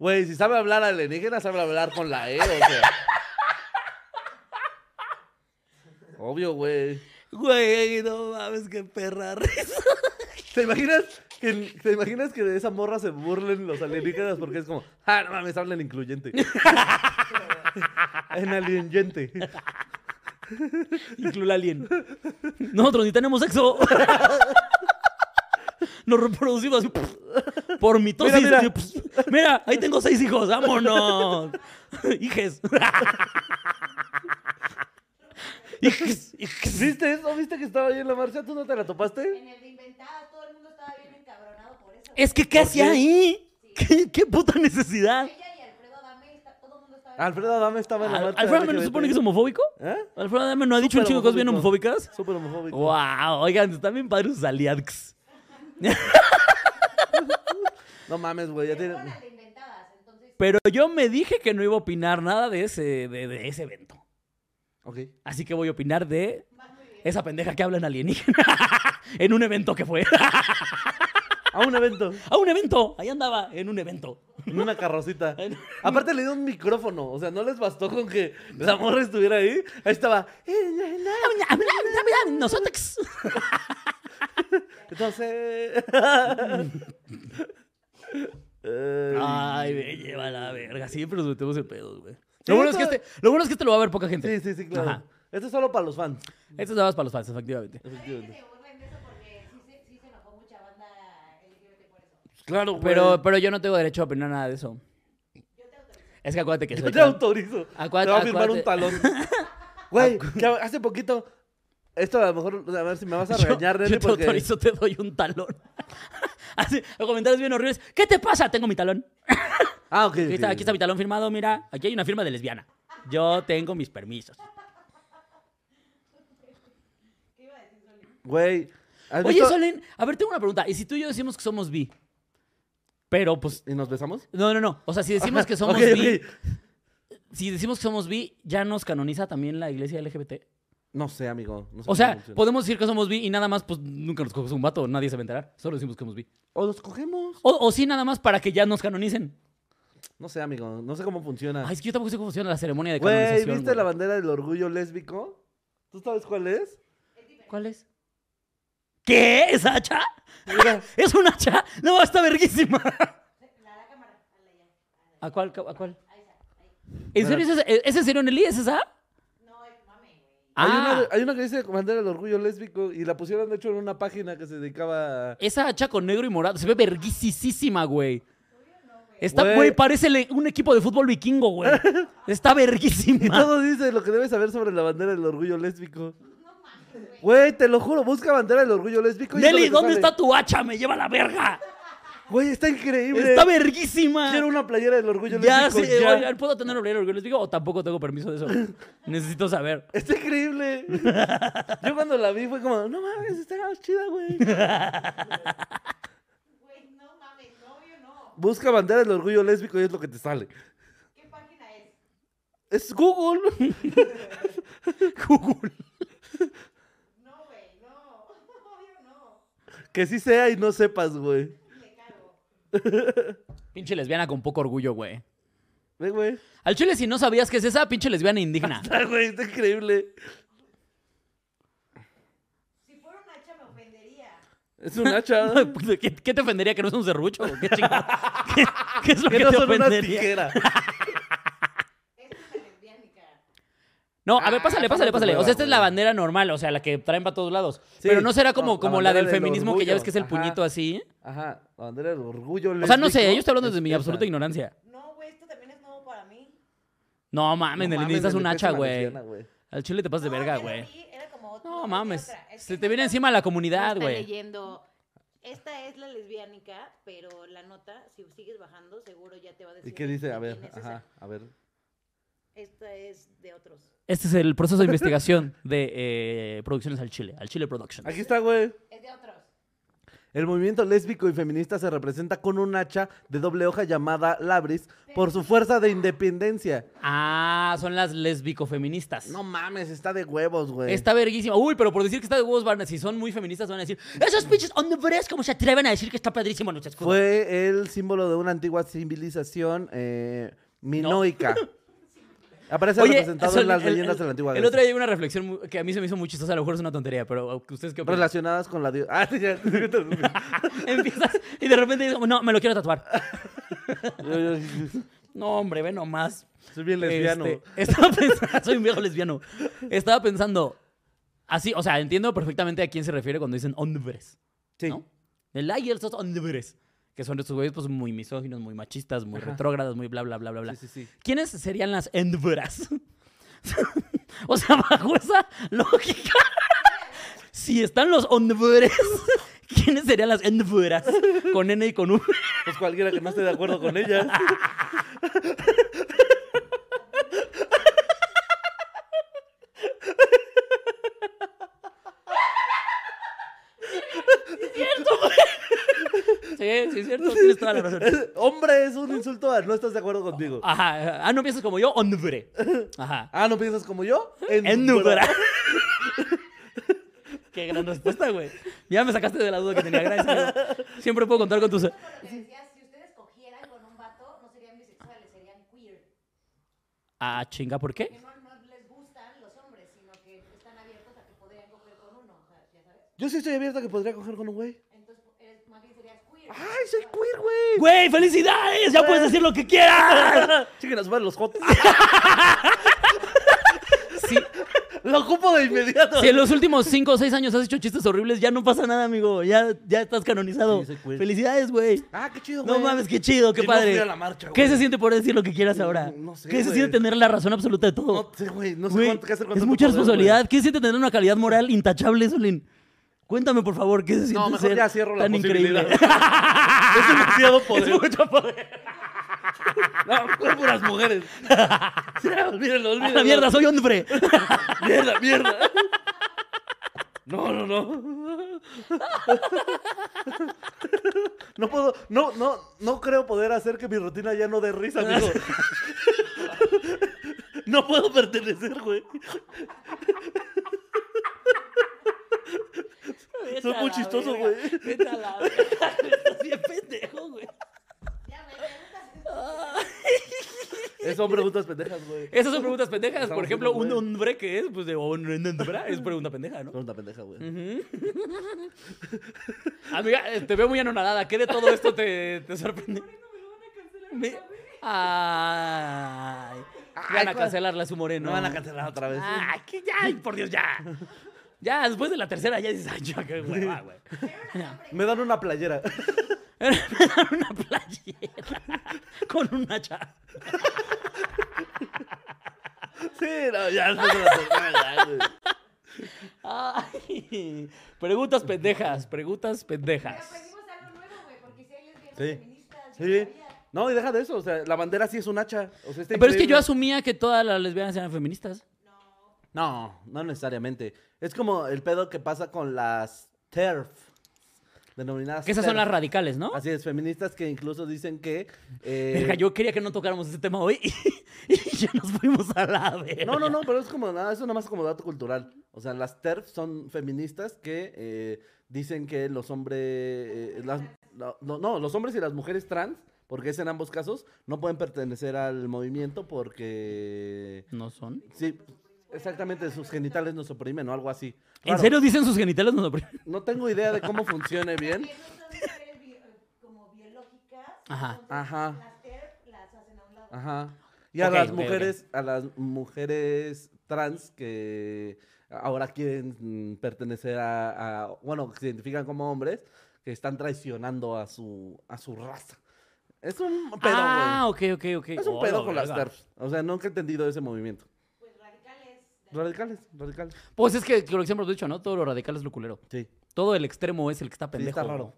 Speaker 2: Güey, si sabe hablar alienígena, sabe hablar con la E, o sea. Obvio, güey.
Speaker 1: Güey, no mames, qué perra risa.
Speaker 2: ¿Te imaginas, que, ¿Te imaginas que de esa morra se burlen los alienígenas? Porque es como, ah, no mames, hablan (laughs) incluyente. en alienjente.
Speaker 1: Incluye alien. Nosotros ni tenemos sexo. (laughs) Nos reproducimos así, por mitosis.
Speaker 2: Mira, mira.
Speaker 1: así, Mira, ahí tengo seis hijos, vámonos. (laughs) Hijes. (laughs) Hijes, hijes.
Speaker 2: ¿Viste eso? ¿Viste que estaba ahí en la marcha? ¿Tú no te la topaste?
Speaker 3: En el de inventadas, todo el mundo estaba bien encabronado por eso.
Speaker 1: Es que, ¿qué
Speaker 2: ¿Por
Speaker 1: hacía
Speaker 2: qué?
Speaker 1: ahí? ¿Qué, qué puta necesidad?
Speaker 3: Ella y Alfredo Dame, está- todo el mundo estaba.
Speaker 2: Alfredo Adame estaba en la
Speaker 1: Al-
Speaker 2: marcha.
Speaker 1: ¿Alfredo Adame no se
Speaker 2: LGBT.
Speaker 1: supone que es homofóbico?
Speaker 2: ¿Eh?
Speaker 1: ¿Alfredo Adame no ha dicho un
Speaker 2: Súper
Speaker 1: chico de cosas bien
Speaker 2: homofóbico.
Speaker 1: homofóbicas?
Speaker 2: Súper homofóbico.
Speaker 1: ¡Wow! Oigan, están bien padres sus aliados.
Speaker 2: No mames, güey. Ya
Speaker 3: Pero
Speaker 2: tiene...
Speaker 3: fueron
Speaker 1: (laughs)
Speaker 3: al de inventadas, entonces.
Speaker 1: Pero yo me dije que no iba a opinar nada de ese, de, de ese evento.
Speaker 2: Ok.
Speaker 1: Así que voy a opinar de
Speaker 3: Vas muy bien.
Speaker 1: esa pendeja que habla en alienígena. (laughs) en un evento que fue. (laughs)
Speaker 2: A un evento.
Speaker 1: a un evento. Ahí andaba, en un evento.
Speaker 2: En una carrocita. Aparte le dio un micrófono. O sea, no les bastó con que la morra estuviera ahí. Ahí estaba. "Eh,
Speaker 1: Nosotros.
Speaker 2: Entonces. (laughs) Eh,
Speaker 1: Ay, me lleva la verga. Siempre nos metemos en pedos, güey. Lo bueno, es que este, lo bueno es que este lo va a ver poca gente.
Speaker 2: sí, sí, sí, claro.
Speaker 1: Ajá.
Speaker 2: Esto es solo para los fans.
Speaker 1: Esto es nada más para los fans, efectivamente.
Speaker 3: Está bien que
Speaker 2: Efectivamente.
Speaker 3: se burlen de eso porque sí se, sí se enojó mucha banda LGBT por eso.
Speaker 2: Claro,
Speaker 1: Pero,
Speaker 2: güey.
Speaker 1: pero yo no tengo derecho a opinar nada de eso. Es que acuérdate que soy
Speaker 2: Yo te
Speaker 1: trans.
Speaker 2: autorizo.
Speaker 1: Acuérdate-
Speaker 2: te va a firmar un
Speaker 1: acuérdate.
Speaker 2: talón.
Speaker 1: (laughs)
Speaker 2: Güey, que hace poquito. Esto a lo mejor, a ver si me vas a
Speaker 1: Yo-
Speaker 2: regañar,
Speaker 1: yo,
Speaker 2: Nelly,
Speaker 1: te
Speaker 2: porque.
Speaker 1: autorizo, te doy un talón. (laughs) Así, los comentarios bien horribles. ¿Qué te pasa? Tengo mi talón.
Speaker 2: Ah, ok.
Speaker 1: Aquí está, aquí está mi talón firmado, mira. Aquí hay una firma de lesbiana. Yo tengo mis permisos.
Speaker 2: Güey. ¿has
Speaker 1: Oye,
Speaker 2: visto-
Speaker 1: Solén, a ver, tengo una pregunta. ¿Y si tú y yo decimos que somos bi? Pero, pues,
Speaker 2: ¿Y nos besamos?
Speaker 1: no, no, no. O sea, si decimos que somos
Speaker 2: (laughs) Ok,
Speaker 1: bi,
Speaker 2: ok.
Speaker 1: si decimos que somos bi, ¿ya nos canoniza también la iglesia LGBT?
Speaker 2: No sé, amigo. Pues, no sé
Speaker 1: O
Speaker 2: cómo
Speaker 1: sea,
Speaker 2: funciona.
Speaker 1: podemos decir que somos bi y nada más, pues, nunca nos coges un vato, nadie se va a enterar. Solo decimos que somos bi.
Speaker 2: O los cogemos.
Speaker 1: O, o sí, nada más para que ya nos canonicen.
Speaker 2: No sé, amigo. No sé cómo funciona.
Speaker 1: Ay, es que yo tampoco sé cómo funciona la ceremonia de
Speaker 2: Ah. Güey,
Speaker 1: canonización.
Speaker 2: ¿viste
Speaker 1: güey.
Speaker 2: la bandera del orgullo lésbico? ¿Tú sabes cuál es?
Speaker 1: ¿Cuál es? ¿Qué? ¿Es hacha? (laughs)
Speaker 2: Mira,
Speaker 1: ¿Es un hacha? No, está verguísima.
Speaker 3: La, la cámara, a la ya.
Speaker 1: ¿A cuál? ¿A cuál?
Speaker 3: Ahí está, ahí.
Speaker 1: ¿En serio ese, es- ese sería Nelly? ¿Es esa?
Speaker 3: No, es mame, güey.
Speaker 2: hay, una,
Speaker 1: Ah,
Speaker 2: hay una que dice bandera del orgullo lésbico y la pusieron, de hecho, en una página que se
Speaker 1: (laughs)
Speaker 2: dedicaba a...
Speaker 1: esa hacha con negro y morado. Se ve verguisísima, güey. Está,
Speaker 2: Güey.
Speaker 1: güey, parece le- un equipo de fútbol vikingo, (laughs) güey. Está
Speaker 2: Y
Speaker 1: verguísima.
Speaker 2: todo dice lo que debes saber sobre la bandera del orgullo lésbico.
Speaker 3: No mames, güey.
Speaker 2: Güey, te lo juro, busca bandera del orgullo lésbico. y es lo
Speaker 1: Nelly,
Speaker 2: que te
Speaker 1: ¿dónde
Speaker 2: sale.
Speaker 1: está tu hacha? Me lleva la verga.
Speaker 2: Güey, está increíble.
Speaker 1: Está verguísima.
Speaker 2: Quiero una playera del orgullo
Speaker 1: Ya, sí,
Speaker 2: lésbico. ya.
Speaker 1: oigan, ¿puedo tener obrero digo o tampoco tengo permiso de eso? Necesito saber. (laughs)
Speaker 2: Está increíble. Yo cuando la vi fue como, no mames, está chida, güey.
Speaker 3: Güey, no mames, no, obvio no.
Speaker 2: Busca bandera del orgullo lésbico y es lo que te sale.
Speaker 3: ¿Qué página es?
Speaker 2: Es Google. (laughs)
Speaker 1: Google.
Speaker 3: No, güey, no. (laughs) Obvio no.
Speaker 2: Que sí sea y no sepas, güey.
Speaker 3: Le cago.
Speaker 1: Pinche lesbiana con poco orgullo, güey.
Speaker 2: Ve, güey. (laughs)
Speaker 1: Al chile, si no sabías que es esa, pinche lesbiana indigna.
Speaker 2: Ah, güey, está increíble.
Speaker 3: Si fuera un hacha me ofendería.
Speaker 2: Es
Speaker 1: (laughs)
Speaker 2: un hacha.
Speaker 1: ¿Qué, qué te ofendería que no es un serrucho? ¿Qué, chingados? ¿Qué, qué es lo que,
Speaker 2: que no
Speaker 1: te
Speaker 2: son una
Speaker 1: ofendería? (laughs)
Speaker 2: tijera.
Speaker 3: Esta es una lesbiánica.
Speaker 1: No, a ver,
Speaker 2: Ah,
Speaker 1: pásale, pásale,
Speaker 2: esa no se
Speaker 1: pásale. O
Speaker 2: mueva,
Speaker 1: sea, esta es la
Speaker 2: güey.
Speaker 1: bandera normal, o sea, la que traen para todos lados.
Speaker 2: Sí,
Speaker 1: Pero no será como,
Speaker 2: no, la
Speaker 1: como la del
Speaker 2: bandera del
Speaker 1: feminismo que ya ves que es el
Speaker 2: orgullo,
Speaker 1: puñito
Speaker 2: ajá.
Speaker 1: así.
Speaker 2: Ajá, la bandera del orgullo.
Speaker 1: O sea, no sé,
Speaker 2: lésbico
Speaker 1: yo estoy hablando desde
Speaker 2: es
Speaker 1: mi
Speaker 2: esa.
Speaker 1: absoluta ignorancia.
Speaker 3: No, güey, esto también es nuevo para mí.
Speaker 1: No mames,
Speaker 2: No
Speaker 1: Nelly,
Speaker 2: mames,
Speaker 1: necesitas
Speaker 2: Nelly,
Speaker 1: un hacha,
Speaker 2: pésima
Speaker 1: güey.
Speaker 2: lesbiana, güey.
Speaker 1: Al chile te pasas de
Speaker 3: No,
Speaker 1: verga,
Speaker 3: ya la
Speaker 1: güey.
Speaker 3: vi, era como-
Speaker 1: No
Speaker 3: vi
Speaker 1: mames.
Speaker 3: otra. Es
Speaker 1: Se
Speaker 3: que
Speaker 1: te viene
Speaker 3: no-
Speaker 1: encima la
Speaker 3: no
Speaker 1: comunidad,
Speaker 3: está
Speaker 1: güey.
Speaker 3: leyendo. Esta es la lesbiánica, pero la nota, si sigues bajando, seguro ya te va a decir.
Speaker 2: ¿Y qué dice?
Speaker 3: de
Speaker 2: A ver,
Speaker 3: quién es esa.
Speaker 2: ajá, a ver.
Speaker 3: Esta es de otros.
Speaker 1: Este es el proceso de investigación de eh, producciones al chile, al chile Productions.
Speaker 2: Aquí está, güey.
Speaker 3: Es de otros.
Speaker 2: El movimiento lésbico y feminista se representa con un hacha de doble hoja llamada labris por su fuerza de independencia.
Speaker 1: Ah, son las lesbico-feministas.
Speaker 2: No mames, está de huevos, güey.
Speaker 1: Está verguísima. Uy, pero por decir que está de huevos, van a- si son muy feministas, van a decir: Esos pinches hombres, ¿cómo se atreven a decir que está padrísimo nuestro escudo?
Speaker 2: Fue el símbolo de una antigua civilización eh, minoica. (laughs) Aparece representado
Speaker 1: eso,
Speaker 2: en las
Speaker 1: el- el-
Speaker 2: leyendas de la antigua
Speaker 1: El
Speaker 2: Grecia.
Speaker 1: otro día hay una reflexión mu- que a mí se me hizo muy chistosa, a lo mejor es una tontería, pero ¿ustedes qué opinan?
Speaker 2: Relacionadas con (laughs) la Ah, diosa.
Speaker 1: (laughs) Empiezas y de repente dices, no, me lo quiero tatuar. No, hombre, ve nomás.
Speaker 2: Soy bien lesbiano.
Speaker 1: Este, (laughs) estaba pensando, soy un viejo lesbiano. Estaba pensando, así, o sea, entiendo perfectamente a quién se refiere cuando dicen hombres,
Speaker 2: Sí.
Speaker 1: ¿no? El ay, esos hombres, que son estos güeyes pues muy misóginos, muy machistas, muy retrógradas, muy bla, bla, bla, bla, bla.
Speaker 2: sí, sí, sí.
Speaker 1: ¿Quiénes serían las endveras? (laughs) o sea, bajo esa lógica, (laughs) si están los endveres, (laughs) ¿quiénes serían las endveras? Con N y con U.
Speaker 2: Pues cualquiera que no esté de acuerdo
Speaker 1: (laughs)
Speaker 2: con ella.
Speaker 1: Sí, sí, es (laughs) cierto, tienes toda la razón.
Speaker 2: (laughs) Hombre, es un insulto a no estás de acuerdo contigo.
Speaker 1: Ajá, ah, no piensas como yo, hombre. Ajá.
Speaker 2: Ah, ¿no piensas como yo?
Speaker 1: En Nubra. (laughs) Qué gran respuesta, güey. Ya me sacaste de la duda que tenía. Gracias. amigo. Siempre puedo contar con tus.
Speaker 3: Como lo que decías, si ustedes cogieran con un vato, no serían bisexuales, serían queer.
Speaker 1: Ah, chinga, ¿por
Speaker 3: Que
Speaker 1: qué?
Speaker 3: no, no les gustan los hombres, sino que están abiertos a que podrían coger con uno, o sea, ya sabes.
Speaker 2: Yo sí estoy abierta que podría coger con un güey.
Speaker 3: Entonces, eres, más bien serías queer.
Speaker 2: ¡Ay, soy queer, (laughs) güey!
Speaker 1: Güey, felicidades. Ya puedes decir lo que quieras.
Speaker 2: (laughs) Chiquen a su madre los
Speaker 1: (laughs)
Speaker 2: jotos.
Speaker 1: Si,
Speaker 2: Lo ocupo de inmediato.
Speaker 1: si en los últimos 5 o 6 años has hecho chistes horribles, ya no pasa nada, amigo. Ya, ya estás canonizado.
Speaker 2: Sí, soy queer.
Speaker 1: Felicidades, güey.
Speaker 2: Ah, qué chido,
Speaker 1: No
Speaker 2: güey.
Speaker 1: mames, qué chido, qué
Speaker 2: Yo no
Speaker 1: padre.
Speaker 2: fui a la marcha,
Speaker 1: ¿Qué
Speaker 2: güey.
Speaker 1: se siente poder decir lo que quieras ahora?
Speaker 2: No sé,
Speaker 1: ¿Qué se
Speaker 2: güey.
Speaker 1: siente tener la razón absoluta de todo?
Speaker 2: No sé, güey. No sé
Speaker 1: Güey,
Speaker 2: cuánto qué hacer con
Speaker 1: es
Speaker 2: tanto
Speaker 1: mucha
Speaker 2: poder,
Speaker 1: responsabilidad.
Speaker 2: güey.
Speaker 1: ¿Qué se siente tener una calidad moral intachable, Solín? Cuéntame, por favor, ¿qué se siente
Speaker 2: No, mejor
Speaker 1: ser
Speaker 2: ya cierro la
Speaker 1: tan increíble?
Speaker 2: posibilidad.
Speaker 1: (laughs)
Speaker 2: es demasiado poder.
Speaker 1: es mucho poder.
Speaker 2: No, fue
Speaker 1: (laughs)
Speaker 2: puras mujeres. (laughs) Ya, olvídalo,
Speaker 1: ¡A
Speaker 2: olvídalo.
Speaker 1: la Ah, mierda, soy
Speaker 2: (laughs)
Speaker 1: hombre!
Speaker 2: Mierda, mierda. No, no, no. No puedo, no, no, no creo poder hacer que mi rutina ya no dé risa, amigo. No puedo pertenecer, güey. Soy muy chistoso, güey.
Speaker 1: Vete a la verga. Estás bien pendejo, güey.
Speaker 3: Ya, güey, preguntas.
Speaker 2: Esas son preguntas pendejas, güey.
Speaker 1: Esas son preguntas pendejas. Por
Speaker 2: Estamos
Speaker 1: ejemplo, un
Speaker 2: haciendo, güey.
Speaker 1: hombre que es, pues, de o un hombre, es pregunta pendeja,
Speaker 2: (laughs)
Speaker 1: ¿no?
Speaker 2: Pregunta pendeja, güey.
Speaker 1: Amiga, eh, te veo muy anonadada. ¿Qué de todo esto te, te sorprende? Me- Ay,
Speaker 2: Ay,
Speaker 1: van a
Speaker 2: cuál-
Speaker 1: cancelarla su moreno.
Speaker 2: No van a cancelar otra vez.
Speaker 1: Ay, Ah, que ya, ay, por Dios, ya.
Speaker 2: (laughs)
Speaker 1: Ya, después de la tercera ya dices, ay, ya, qué hueva, güey. (laughs)
Speaker 2: Me dan una playera.
Speaker 1: Me dan una playera (laughs) con un hacha.
Speaker 2: Sí, no, ya no se la pendeja, güey.
Speaker 1: Ay, preguntas pendejas, preguntas
Speaker 3: Pero
Speaker 1: pendejas.
Speaker 3: aprendimos algo nuevo, güey, porque si hay lesbianas
Speaker 2: Sí.
Speaker 3: feministas, yo
Speaker 2: Sí.
Speaker 3: sabía.
Speaker 2: No, y deja de eso. O sea, la bandera sí es un hacha. O sea, está
Speaker 1: Pero es que
Speaker 2: increíble.
Speaker 1: yo asumía que todas las lesbianas eran feministas.
Speaker 2: No, no necesariamente. Es como el pedo que pasa con las TERF. denominadas.
Speaker 1: Que esas son
Speaker 2: feas.
Speaker 1: las radicales, ¿no?
Speaker 2: Así es, feministas que incluso dicen que. eh,
Speaker 1: Verga, yo quería que no tocáramos ese tema hoy y, y (laughs) ya nos fuimos a la verga.
Speaker 2: No, no, no, pero es como nada, eso nada más como dato cultural. O sea, las TERF son feministas que eh, dicen que los hombres, eh, las- la- no, no, los hombres y las mujeres trans, porque es en ambos casos, no pueden pertenecer al movimiento porque,
Speaker 1: ¿No son.
Speaker 2: sí, exactamente, sus genitales nos oprimen o algo así.
Speaker 1: ¿En
Speaker 2: Raro.
Speaker 1: serio dicen sus genitales? No, no,
Speaker 2: No tengo idea de cómo funcione bien.
Speaker 3: Porque no son mujeres bi- eh, como biológicas.
Speaker 1: Ajá.
Speaker 3: entonces
Speaker 2: Ajá.
Speaker 3: Las TERF las hacen a un lado.
Speaker 2: Ajá. Y a
Speaker 1: Ok,
Speaker 2: las
Speaker 1: ok, ok.
Speaker 2: mujeres, a las mujeres trans que ahora quieren mm, pertenecer a, a- bueno, que se identifican como hombres, que están traicionando a su, a su raza. Es un pedo, güey.
Speaker 1: ah, ok, ok, ok.
Speaker 2: es un
Speaker 1: Oh,
Speaker 2: pedo
Speaker 1: la
Speaker 2: con las
Speaker 1: verga.
Speaker 2: TERFs. O sea, nunca he entendido ese movimiento.
Speaker 3: Pues radicales.
Speaker 2: Radicales, radicales.
Speaker 1: Pues es que lo que siempre hemos dicho, ¿no? Todo lo radical es lo culero.
Speaker 2: Sí.
Speaker 3: (laughs)
Speaker 1: Todo el extremo es el que está pendejo.
Speaker 2: está raro.
Speaker 1: ¿no?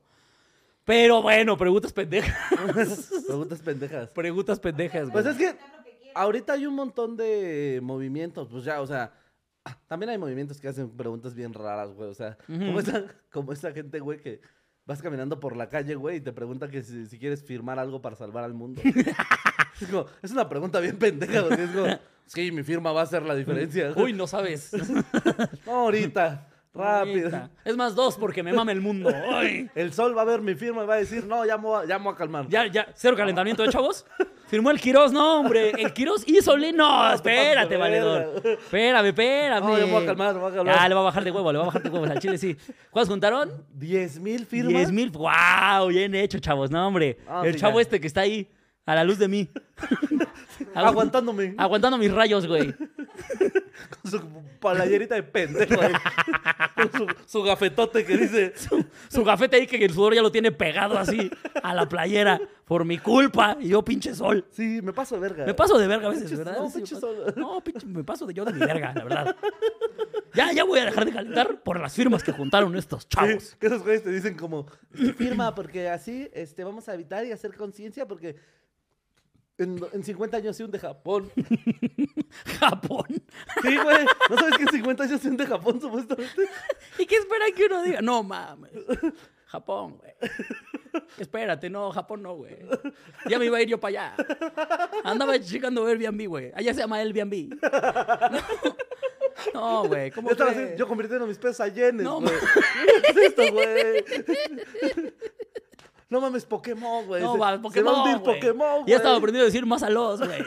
Speaker 1: Pero bueno, preguntas pendejas. (laughs)
Speaker 2: Preguntas pendejas.
Speaker 1: Preguntas pendejas, güey.
Speaker 2: Pues es que
Speaker 3: Lo que quieran.
Speaker 2: ahorita hay un montón de movimientos, pues ya, o sea, (clears throat) ah, también hay movimientos que hacen preguntas bien raras, güey, o sea, como,
Speaker 1: Ujú.
Speaker 2: esa, como esa gente, güey, que vas caminando por la calle, güey, y te pregunta que si, si quieres firmar algo para salvar
Speaker 1: (laughs)
Speaker 2: al mundo. es, como, es una pregunta bien pendeja, güey, es
Speaker 1: (laughs)
Speaker 2: como, sí, mi firma va a hacer la diferencia.
Speaker 1: Uy, no
Speaker 2: (laughs)
Speaker 1: sabes.
Speaker 2: No, ahorita,
Speaker 1: (laughs)
Speaker 2: rápido.
Speaker 1: Neta. Es más dos porque me mama el mundo. Ay.
Speaker 2: El sol va a ver mi firma y va a decir, no, ya me voy a, ya me voy a calmar.
Speaker 1: Ya, ya, cero calentamiento, ¿eh, chavos? Firmó el Quirós, no, hombre. El Quirós hizo le... No,
Speaker 2: te pases de
Speaker 1: espérate, valedor.
Speaker 2: verga.
Speaker 1: Espérame, espérame.
Speaker 2: No, ya me voy a calmar, me voy a calmar.
Speaker 1: Ya, le va a bajar de huevo, le va a bajar de huevo. Al chile sí. ¿Cuántos juntaron?
Speaker 2: ¿Diez mil firmas?
Speaker 1: Diez mil. ¡Wow! Bien hecho, chavos. No, hombre.
Speaker 2: Ah,
Speaker 1: el
Speaker 2: sí,
Speaker 1: chavo
Speaker 2: ya.
Speaker 1: este que está ahí, a la luz de
Speaker 2: (laughs)
Speaker 1: mí. Agu-
Speaker 2: Aguantándome.
Speaker 1: (laughs) Aguantando mis rayos, güey.
Speaker 2: Con su palayerita de
Speaker 1: (laughs)
Speaker 2: pendejo ahí. Con su, su gafetote que dice.
Speaker 1: (laughs) Su gafete ahí que el sudor ya lo tiene pegado así a la playera. Por mi culpa. Y yo, pinche sol.
Speaker 2: Sí, me paso de verga.
Speaker 1: Me paso de verga a veces,
Speaker 2: Pinches-
Speaker 1: ¿verdad?
Speaker 2: no,
Speaker 1: Sí, me
Speaker 2: pinches
Speaker 1: paso-
Speaker 2: solo.
Speaker 1: no, pinche- me paso de yo de mi verga, la verdad. Ya, ya voy a dejar de calentar por las firmas que juntaron estos chavos.
Speaker 2: Sí, que esos güeyes te dicen como, "Sí, firma porque así este, vamos a evitar y hacer conciencia porque en, en 50 años se hunde Japón.
Speaker 1: Japón.
Speaker 2: Sí, güey. ¿No sabes que en 50 años se hunde Japón supuestamente?
Speaker 1: ¿Y qué espera que uno diga? No mames. Japón, güey. Espérate, no, Japón no, güey. Ya me iba a ir yo para allá. Andaba checando Airbnb, güey. Allá se llama Airbnb. (laughs) No, No, güey. ¿cómo
Speaker 2: Yo, estaba
Speaker 1: crees?
Speaker 2: así, yo convirtiendo mis pesos a yenes,
Speaker 1: No,
Speaker 2: güey. (laughs) ¿Qué es esto, güey? No mames, Pokémon, güey.
Speaker 1: No,
Speaker 2: Se-
Speaker 1: va,
Speaker 2: Se va
Speaker 1: Pokémon.
Speaker 2: a hundir
Speaker 1: güey.
Speaker 2: Pokémon, güey.
Speaker 1: Ya estaba aprendiendo a decir más a los,
Speaker 2: (laughs)
Speaker 1: güey.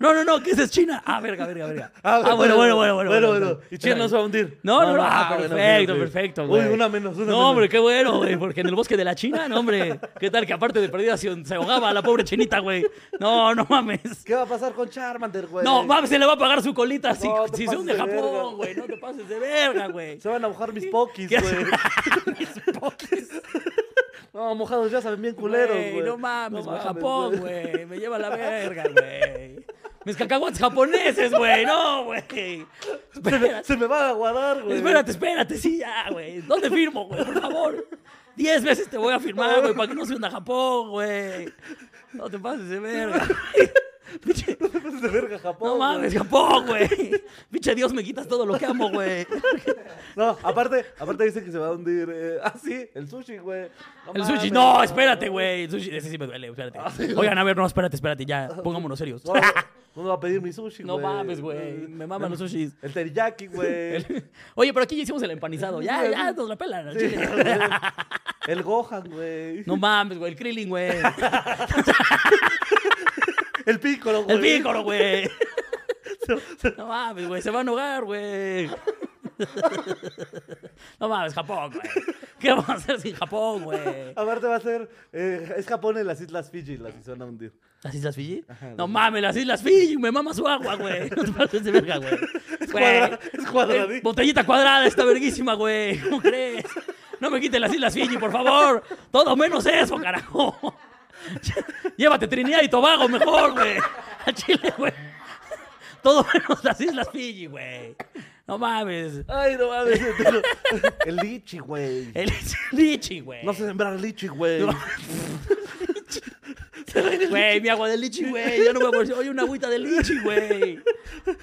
Speaker 1: No, no, no, que esa es China. Ah, verga, verga,
Speaker 2: (laughs)
Speaker 1: verga. Ah, bueno, bueno, bueno, bueno.
Speaker 2: bueno,
Speaker 1: bueno.
Speaker 2: Y China no se va a hundir.
Speaker 1: No, no, no.
Speaker 2: ah,
Speaker 1: Ah,
Speaker 2: bueno,
Speaker 1: perfecto,
Speaker 2: ok, ok.
Speaker 1: perfecto, güey.
Speaker 2: Uy, una menos, una
Speaker 1: No,
Speaker 2: menos.
Speaker 1: hombre, qué bueno, güey. Porque en el bosque de la China, no, hombre. ¿Qué tal que aparte de perdida se se ahogaba la pobre chinita, güey? No, no mames.
Speaker 2: ¿Qué va a pasar con Charmander, güey?
Speaker 1: No, mames, se le va a pagar su colita si,
Speaker 2: No, te
Speaker 1: si se hunde
Speaker 2: pases de verga.
Speaker 1: Japón, güey. No te pases de verga, güey.
Speaker 2: Se van a mojar mis pokis,
Speaker 1: ¿Qué
Speaker 2: güey.
Speaker 1: (laughs)
Speaker 2: (laughs) No, mojados ya saben bien culeros,
Speaker 1: Güey,
Speaker 2: güey.
Speaker 1: No mames, güey.
Speaker 2: güey.
Speaker 1: Japón,
Speaker 2: (laughs)
Speaker 1: güey. Me lleva a la verga, güey. Mis cacahuates japoneses, güey. No, güey. Espérate,
Speaker 2: Se me va a aguadar, güey.
Speaker 1: espérate, espérate. Sí, ya, güey. ¿Dónde firmo, güey? Por favor. Diez veces te voy a firmar, güey, para que no se hunda Japón, güey. No te pases de
Speaker 2: (laughs)
Speaker 1: verga. Pinche-
Speaker 2: Te pases (laughs) de verga, Japón.
Speaker 1: No
Speaker 2: güey.
Speaker 1: mames, Japón, güey. Pinche Dios, me quitas todo lo que amo, güey.
Speaker 2: No, aparte, aparte dicen que se va a hundir. eh, Ah, sí, el sushi, güey. No
Speaker 1: El sushi,
Speaker 2: mames, Ah,
Speaker 1: no, espérate, güey. El sushi, ese sí me duele, espérate. Oigan, a ver, no, espérate, espérate, ya. Pongámonos serios.
Speaker 2: No, no me va a pedir mi sushi,
Speaker 1: No
Speaker 2: güey.
Speaker 1: mames, güey. Me maman los sushis.
Speaker 2: El teriyaki, güey.
Speaker 1: El- (laughs) Oye, pero aquí ya hicimos el empanizado. Ya, ya nos la pelan. al
Speaker 2: Sí,
Speaker 1: chile.
Speaker 2: güey. (laughs) El Gohan, güey.
Speaker 1: No mames, güey. El Krillin, güey.
Speaker 2: (laughs) El pícolo, güey.
Speaker 1: El Pícoro,
Speaker 2: (laughs)
Speaker 1: güey. No mames, güey. Se van a ahogar, güey. No mames, Japón, güey. ¿Qué vamos a hacer sin Japón, güey?
Speaker 2: Aparte va a ser. eh, es Japón en las Islas Fiji, las que se van a hundir.
Speaker 1: ¿Las Islas Fiji? No mames, las Islas Fiji. Me mama su agua, güey. (laughs) No te pases de verga, güey.
Speaker 2: cuadra-
Speaker 1: Güey.
Speaker 2: es cuadradito.
Speaker 1: Eh, Botellita cuadrada, está verguísima, güey. ¿Cómo crees? No me quiten las Islas Fiji, por favor. Todo menos eso, carajo. (laughs) Llévate Trinidad y Tobago mejor, güey. A Chile, güey. Todo menos las Islas Fiji, güey. No mames. Eh.
Speaker 2: Ay, no mames. entero. (laughs) El lichi, güey.
Speaker 1: El (laughs) lichi, güey.
Speaker 2: No sé sembrar lichi, güey.
Speaker 1: No. Güey, mi agua de lichi, güey. Yo no voy a poder decir, oye, una agüita de lichi, güey.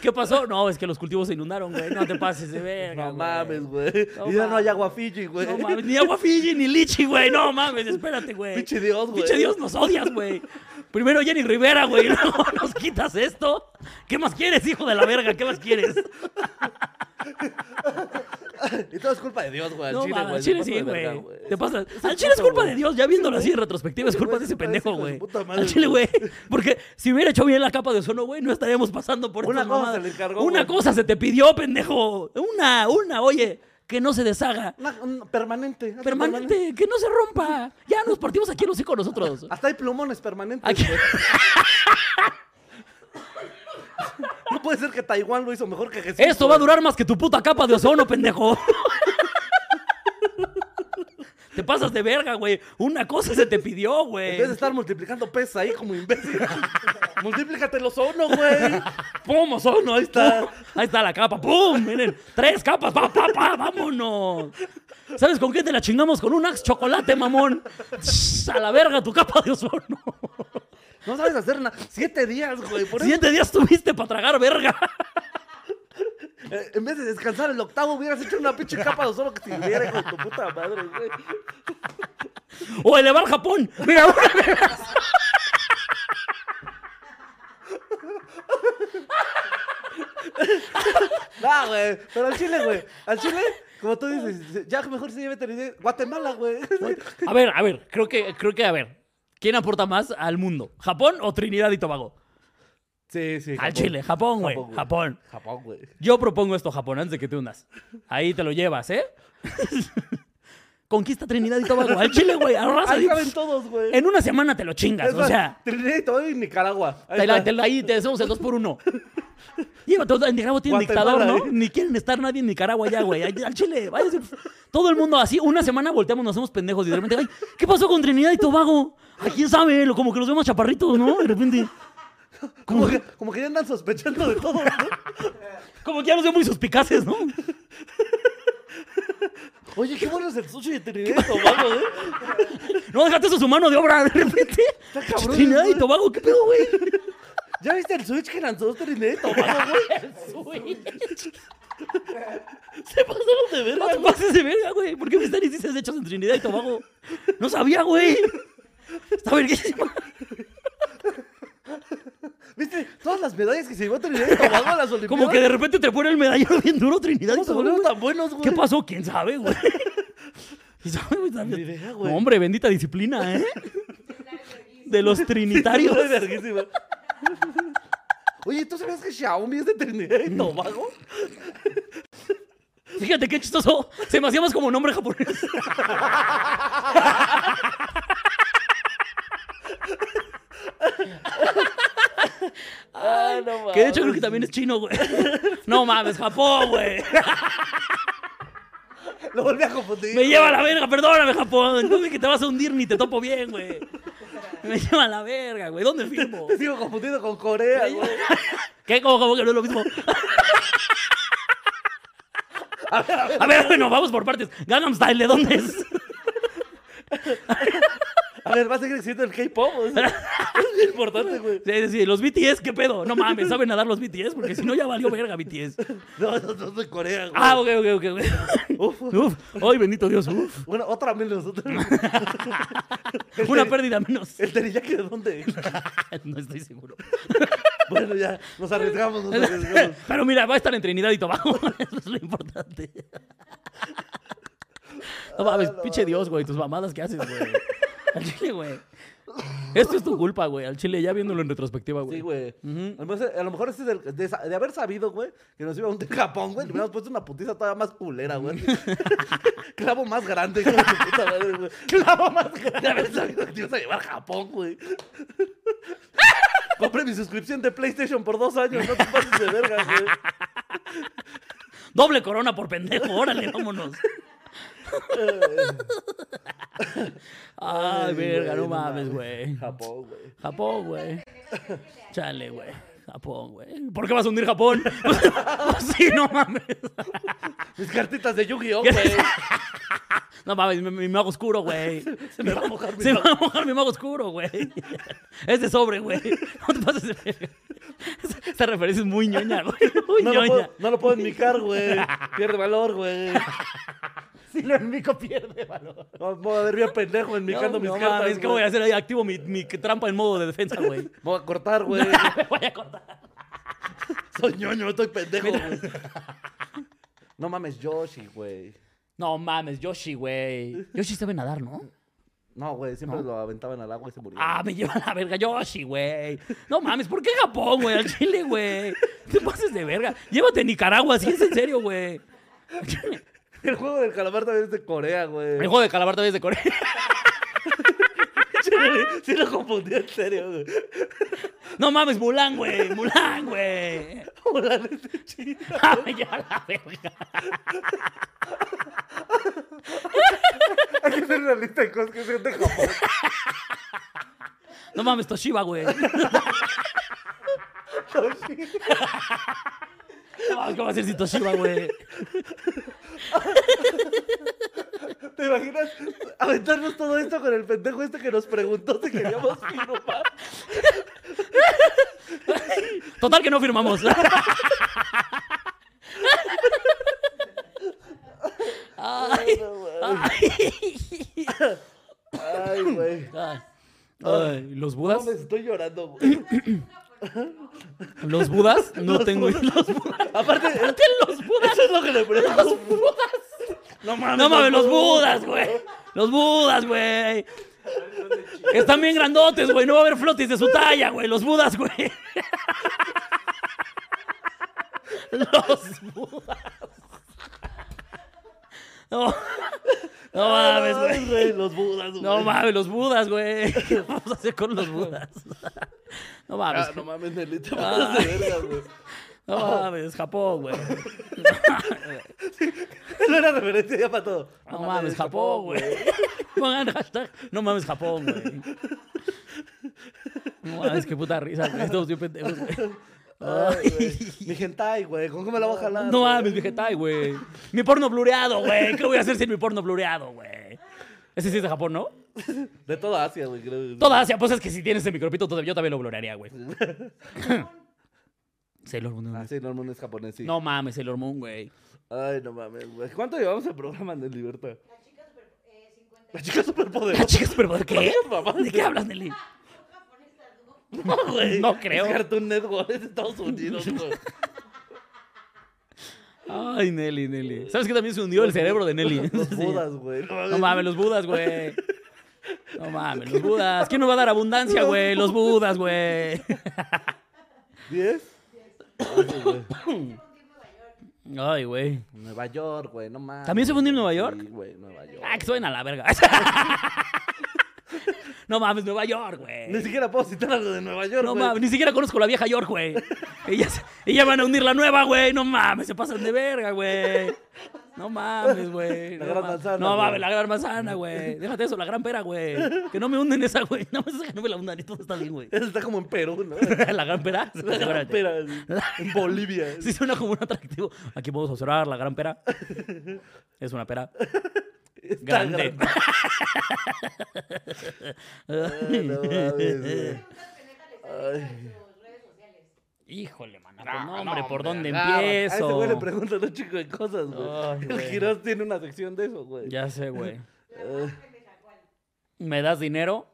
Speaker 1: ¿Qué pasó? No, es que los cultivos se inundaron, güey. No te pases de verga.
Speaker 2: No
Speaker 1: güey.
Speaker 2: mames, güey.
Speaker 1: No
Speaker 2: y ya no hay
Speaker 1: mames.
Speaker 2: agua Fiji, güey.
Speaker 1: No mames, ni agua Fiji ni lichi, güey. No mames, espérate, güey.
Speaker 2: Pinche Dios, güey.
Speaker 1: Pinche Dios, nos odias, güey. Primero Jenny Rivera, güey. Luego (laughs) nos quitas esto. ¿Qué más quieres, hijo de la verga? ¿Qué más quieres?
Speaker 2: (laughs) Y todo es culpa de Dios, güey. al
Speaker 1: No,
Speaker 2: chile,
Speaker 1: mames,
Speaker 2: güey.
Speaker 1: al
Speaker 2: se
Speaker 1: chile
Speaker 2: pasa
Speaker 1: sí,
Speaker 2: de verga,
Speaker 1: güey. Te pasas.
Speaker 2: Es un
Speaker 1: Al chile es
Speaker 2: puto,
Speaker 1: culpa
Speaker 2: güey.
Speaker 1: de Dios. Ya viéndolo así en retrospectiva, es
Speaker 2: Sí,
Speaker 1: culpa
Speaker 2: güey,
Speaker 1: de
Speaker 2: ese
Speaker 1: ese
Speaker 2: güey es
Speaker 1: pendejo,
Speaker 2: hijo de
Speaker 1: güey.
Speaker 2: su puta madre,
Speaker 1: Al chile,
Speaker 2: güey.
Speaker 1: güey. Porque si hubiera hecho bien la capa de ozono, güey, no estaríamos pasando por
Speaker 2: Una
Speaker 1: estas
Speaker 2: cosa
Speaker 1: mamadas.
Speaker 2: se le encargó,
Speaker 1: Una
Speaker 2: güey.
Speaker 1: cosa se te pidió, pendejo. Una, una, oye. Que no se deshaga.
Speaker 2: Una- un permanente. hazlo
Speaker 1: Permanente, que no se rompa. Ya nos partimos aquí los hocico nosotros.
Speaker 2: Hasta hay plumones permanentes.
Speaker 1: Aquí-
Speaker 2: güey. No puede ser que Taiwán lo hizo mejor que
Speaker 1: (laughs)
Speaker 2: Jesús.
Speaker 1: Esto va a durar más que tu puta capa de ozono, pendejo. (laughs) Te pasas de verga, güey. Una cosa se te pidió,
Speaker 2: En
Speaker 1: güey.
Speaker 2: vez de estar multiplicando pesas ahí como imbécil. (laughs) Multiplícate los onos, güey.
Speaker 1: ¡Pum, ozono! Ahí
Speaker 2: está.
Speaker 1: Ahí está la capa. ¡Pum! Miren, tres capas. ¡Pa, pa, pa! ¡Vámonos! ¿Sabes con qué te la chingamos? Con un Axe chocolate, mamón. Tss, A la verga tu capa de ozono.
Speaker 2: No sabes hacer nada. Siete días, güey. Por eso,
Speaker 1: Siete días tuviste para tragar verga.
Speaker 2: eh, en vez de descansar el octavo, hubieras hecho una pinche capa de ozono que sirviera con tu puta madre, güey.
Speaker 1: O elevar Japón. Mira, una verga.
Speaker 2: No, güey. Pero al chile, güey. Al chile, como tú dices, ya mejor se lleve Tenerife. Guatemala, güey.
Speaker 1: A ver, a ver. Creo que, creo que, a ver. ¿Quién aporta más al mundo? ¿Japón o Trinidad y Tobago?
Speaker 2: Sí, sí.
Speaker 1: Al Chile, Japón, güey. Japón.
Speaker 2: Japón, güey.
Speaker 1: Yo propongo esto, Japón, antes de que te hundas. Ahí te lo llevas,
Speaker 2: (laughs)
Speaker 1: ¿eh? Conquista Trinidad y Tobago. Al Chile, güey. Arrasa.
Speaker 2: Ahí
Speaker 1: y-
Speaker 2: caben todos, güey.
Speaker 1: En una semana te lo chingas.
Speaker 2: Es
Speaker 1: O
Speaker 2: más,
Speaker 1: sea,
Speaker 2: Trinidad y Tobago y Nicaragua. Ahí
Speaker 1: te la-
Speaker 2: está.
Speaker 1: te la- ahí te hacemos el 2 por 1 Llévate, en Nicaragua tiene
Speaker 2: Guatemala, ¿eh?
Speaker 1: dictador, ¿no?
Speaker 2: güey.
Speaker 1: Ni quieren estar nadie en Nicaragua ya, güey. Al al Chile, váyase. Todo el mundo así, una semana volteamos, nos hacemos pendejos y de repente, ay, ¿qué pasó con Trinidad y Tobago? Ay, quién sabe, Lo- como que los vemos chaparritos, ¿no? De repente.
Speaker 2: Como que, como que ya andan sospechando de todo, ¿no?
Speaker 1: Como que ya los veo muy suspicaces, ¿no?
Speaker 2: Oye, qué bueno es el sushi de Trinidad y Tobago, ¿eh?
Speaker 1: No, déjate eso su mano de obra de repente.
Speaker 2: cabrón,
Speaker 1: Trinidad y
Speaker 2: güey.
Speaker 1: Tobago, ¿qué pedo,
Speaker 2: (laughs)
Speaker 1: güey?
Speaker 2: ¿Ya viste el Switch que lanzó Trinidad y Tobago, güey?
Speaker 1: Se pasaron de verga. No te pases de verga, güey. ¿Por qué me están hiciste hechos en Trinidad y Tobago? No sabía, güey. Está verguísima.
Speaker 2: ¿Viste? Todas las medallas que se llevó Trinidad y Tobago a las Olimpiadas.
Speaker 1: Como que de repente te pone el medallero (laughs) bien duro Trinidad y
Speaker 2: ¿Cómo se
Speaker 1: Tobago.
Speaker 2: volvieron
Speaker 1: güey.
Speaker 2: tan buenos, güey?
Speaker 1: ¿Qué pasó? ¿Quién sabe,
Speaker 2: (laughs)
Speaker 1: güey? ¿Y sabe, güey? sabe?
Speaker 2: Ni idea, güey.
Speaker 1: No, hombre, bendita disciplina, ¿eh? De
Speaker 2: (laughs)
Speaker 1: los trinitarios.
Speaker 2: Estoy verguísima. Oye, ¿tú sabías que Xiaomi es de Trinidad
Speaker 1: Mm.
Speaker 2: y Tobago?
Speaker 1: Fíjate qué chistoso. Se me hacía más como nombre japonés.
Speaker 2: Ah, no mames.
Speaker 1: Que de hecho creo que también es chino, güey. No mames, Japón, güey.
Speaker 2: Lo volví a confundir.
Speaker 1: Me lleva a la verga, perdóname, Japón. No sé que te vas a hundir ni te topo bien, güey. Me lleva a la verga, güey. ¿Dónde firmo?
Speaker 2: Te (laughs) sigo confundido con Corea, güey.
Speaker 1: ¿Qué? ¿Cómo, cómo que no es lo mismo? A ver, bueno, vamos por partes. Gangnam Style, ¿de dónde es?
Speaker 2: A ver, va a seguir existiendo el K-pop. o
Speaker 1: (laughs)
Speaker 2: sea, Es bien importante, güey.
Speaker 1: Sí, sí, sí, los BTS, ¿qué pedo? No mames, ¿saben nadar los BTS? Porque si no ya valió verga BTS.
Speaker 2: No, no, no es de Corea, güey.
Speaker 1: Ah, ok, ok, ok. güey.
Speaker 2: Uf.
Speaker 1: (laughs) Uf, ay, bendito Dios, uf.
Speaker 2: Bueno, otra
Speaker 1: (laughs)
Speaker 2: menos, (laughs) otra menos.
Speaker 1: Una pérdida menos. (laughs)
Speaker 2: ¿El teriyaki de dónde?
Speaker 1: No estoy seguro.
Speaker 2: Bueno, ya, nos arriesgamos,
Speaker 1: (laughs)
Speaker 2: nos arriesgamos.
Speaker 1: Pero mira, va a estar en Trinidad y Tobago. (laughs) Eso es lo importante. No mames, pinche Dios, güey. Tus mamadas que haces, güey. Al chile, güey. Esto es tu culpa, güey. Al chile, ya viéndolo en retrospectiva, güey.
Speaker 2: Sí, güey. A lo mejor- A lo mejor ese es el, de, sa- de haber sabido, güey, que nos iba a un de Japón, güey, le hubiéramos puesto una putiza todavía más culera, (laughs) güey. Clavo más grande, hijo de su puta madre, güey. Clavo más grande. De haber sabido que te ibas a llevar a Japón, (laughs) güey. Compré mi suscripción de PlayStation por dos años, no te pases de verga, güey.
Speaker 1: Doble corona por pendejo. Órale, vámonos. Ay, verga, no mames, güey.
Speaker 2: Japón, güey.
Speaker 1: Japón, güey. Chale, güey. Japón, güey. ¿Por qué vas a hundir Japón? (laughs) sí, no mames.
Speaker 2: Mis cartitas de Yu-Gi-Oh, güey.
Speaker 1: No mames, mi, mi mago oscuro, güey.
Speaker 2: Se me va a mojar mi
Speaker 1: Se va a mojar mi mago oscuro, güey. Es de sobre, güey. No te pases de verga. Esta referencia es muy ñoña, güey. Muy
Speaker 2: no, lo
Speaker 1: ñoña.
Speaker 2: puedo, no lo puedo enmicar, güey. Pierde valor, güey.
Speaker 1: Si lo enmico pierde valor.
Speaker 2: No, me voy a ver bien pendejo enmicando
Speaker 1: No,
Speaker 2: mis
Speaker 1: no
Speaker 2: cartas.
Speaker 1: mames, ¿qué
Speaker 2: güey.
Speaker 1: voy a hacer ahí? Activo mi, mi trampa en modo de defensa, (laughs) güey.
Speaker 2: Me voy a cortar, (laughs) güey.
Speaker 1: Me voy a cortar.
Speaker 2: (laughs) Soy ñoño, estoy pendejo, güey. (laughs) No mames, Yoshi, güey.
Speaker 1: No mames, Yoshi, güey. Yoshi sabe nadar, ¿no?
Speaker 2: No, güey, siempre
Speaker 1: No.
Speaker 2: lo aventaban al agua y se murió.
Speaker 1: Ah, me lleva la verga Yoshi, güey. No mames, ¿por qué Japón, güey? Al Chile, güey. Te pases de verga. Llévate a Nicaragua, si es en serio, güey.
Speaker 2: (laughs) El juego del calamar también es de Corea,
Speaker 1: El
Speaker 2: güey.
Speaker 1: juego de calabar también es de Corea.
Speaker 2: (laughs) Sí lo confundí en serio, güey.
Speaker 1: No mames, Mulan, güey. Mulan, güey. (laughs)
Speaker 2: Mulan es de China.
Speaker 1: Ah, me lleva la verga.
Speaker 2: (laughs) Hay que hacer una lista de cosas que son de Japón.
Speaker 1: No mames, Toshiba, güey. No mames, ¿cómo va a ser sin Toshiba, güey?
Speaker 2: ¿Te imaginas aventarnos todo esto con el pendejo este que nos preguntó si (laughs) queríamos firmar?
Speaker 1: (laughs) Total que no firmamos. Ay, ay,
Speaker 2: Ay, güey.
Speaker 1: ay. Ay, los
Speaker 2: No,
Speaker 1: budas.
Speaker 2: me estoy llorando, güey.
Speaker 1: (laughs) Los budas no
Speaker 2: Los
Speaker 1: tengo.
Speaker 2: budas.
Speaker 1: Los budas.
Speaker 2: Aparte,
Speaker 1: Aparte, los budas.
Speaker 2: (laughs) eso es lo que le pregunto.
Speaker 1: Los budas.
Speaker 2: No mames,
Speaker 1: No mames, los budas, güey. Los budas, güey. Están bien grandotes, güey. No va a haber flotis de su talla, güey. Los budas, güey. Los budas. No, no mames,
Speaker 2: Ay,
Speaker 1: güey.
Speaker 2: güey. Los budas, güey.
Speaker 1: No mames, los budas, güey. ¿Qué vamos a hacer con los budas? No mames.
Speaker 2: Ah, no mames, Nelly, te
Speaker 1: Ah.
Speaker 2: pasas de verga,
Speaker 1: (laughs)
Speaker 2: güey.
Speaker 1: No mames, Japón, güey.
Speaker 2: Eso era referencia ya para todo.
Speaker 1: No mames, Japón, güey. (laughs) Pongan hashtag, no mames, Japón, güey. No mames, qué puta risa, güey. Estamos bien pendejos, güey.
Speaker 2: Ay, güey. Mi hentai, güey. ¿Con qué me la voy a jalar?
Speaker 1: (laughs) No
Speaker 2: güey?
Speaker 1: mames, vegetal, güey. Mi porno blureado, güey. ¿Qué voy a hacer sin mi porno blureado, güey? Ese sí es de Japón, ¿no?
Speaker 2: De toda Asia, güey, creo. que-
Speaker 1: Toda Asia, pues es que si tienes el micropito, todo- yo también lo blurearía,
Speaker 2: (laughs)
Speaker 1: güey. Sailor Moon.
Speaker 2: Ah,
Speaker 1: ¿dónde?
Speaker 2: sí, no, el mundo es japonés, sí.
Speaker 1: No mames, Sailor Moon, güey.
Speaker 2: Ay, no mames, güey. ¿Cuánto llevamos el programa de Libertad?
Speaker 3: La chica super. Eh, 50.
Speaker 1: La
Speaker 2: La chica superpoderosa.
Speaker 1: Ah, chica es superpoder, ¿qué?
Speaker 2: mamá.
Speaker 1: ¿De qué hablas, Nelly?
Speaker 3: No japonesa, ¿no?
Speaker 2: No,
Speaker 1: (laughs)
Speaker 2: güey.
Speaker 1: No creo.
Speaker 2: Es Cartoon Network, es de Estados Unidos,
Speaker 1: (laughs)
Speaker 2: güey.
Speaker 1: Ay, Nelly, Nelly. ¿Sabes qué también se hundió el cerebro de Nelly?
Speaker 2: Los
Speaker 1: (laughs) Sí.
Speaker 2: budas, güey. No
Speaker 1: No mames, los budas, güey. No mames, los budas. ¿Quién nos va a dar abundancia, güey? Los budas, güey.
Speaker 2: ¿Diez?
Speaker 3: Tengo un tiempo en Nueva York.
Speaker 1: Ay, güey.
Speaker 2: Nueva York, güey, no mames.
Speaker 1: ¿También se fundó en Nueva York?
Speaker 2: Sí, güey, Nueva York.
Speaker 1: Ah, que suena a la verga. (laughs) No mames, Nueva York,
Speaker 2: Ni
Speaker 1: güey.
Speaker 2: siquiera puedo citar algo de Nueva York,
Speaker 1: No
Speaker 2: güey.
Speaker 1: mames, ni siquiera conozco la vieja York, güey. Ellas, ellas van a hundir la nueva, güey. No mames, se pasan de verga, güey. No mames, güey.
Speaker 2: La
Speaker 1: No
Speaker 2: gran
Speaker 1: mames.
Speaker 2: manzana,
Speaker 1: No mames,
Speaker 2: güey.
Speaker 1: la gran manzana, güey. Déjate eso, la gran pera, güey. Que no me hunden esa, güey. (laughs) No, esa que no me la hundan y todo está bien, güey. (laughs)
Speaker 2: Eso está como en Perú, ¿no?
Speaker 1: La gran
Speaker 2: (laughs)
Speaker 1: pera.
Speaker 2: La gran
Speaker 1: seguramente.
Speaker 2: pera, así,
Speaker 1: (laughs)
Speaker 2: en Bolivia.
Speaker 1: Sí suena como un atractivo. Aquí podemos observar la gran pera. Es una pera
Speaker 2: Está
Speaker 1: grande. (laughs)
Speaker 2: Ay, Ah, no mames, güey.
Speaker 3: Preguntas pendejas les hacen en sus redes sociales.
Speaker 1: Híjole, mano. pues, no, hombre,
Speaker 2: no,
Speaker 1: ¿por dónde
Speaker 2: agarra. A ese
Speaker 1: empiezo?
Speaker 2: güey le preguntan un chico de cosas,
Speaker 1: Ay,
Speaker 2: güey. El
Speaker 1: güey.
Speaker 2: Girón tiene una sección de eso, güey. Ah.
Speaker 1: ya sé, güey.
Speaker 3: La más pendeja, ¿cuál?
Speaker 1: ¿Me das dinero?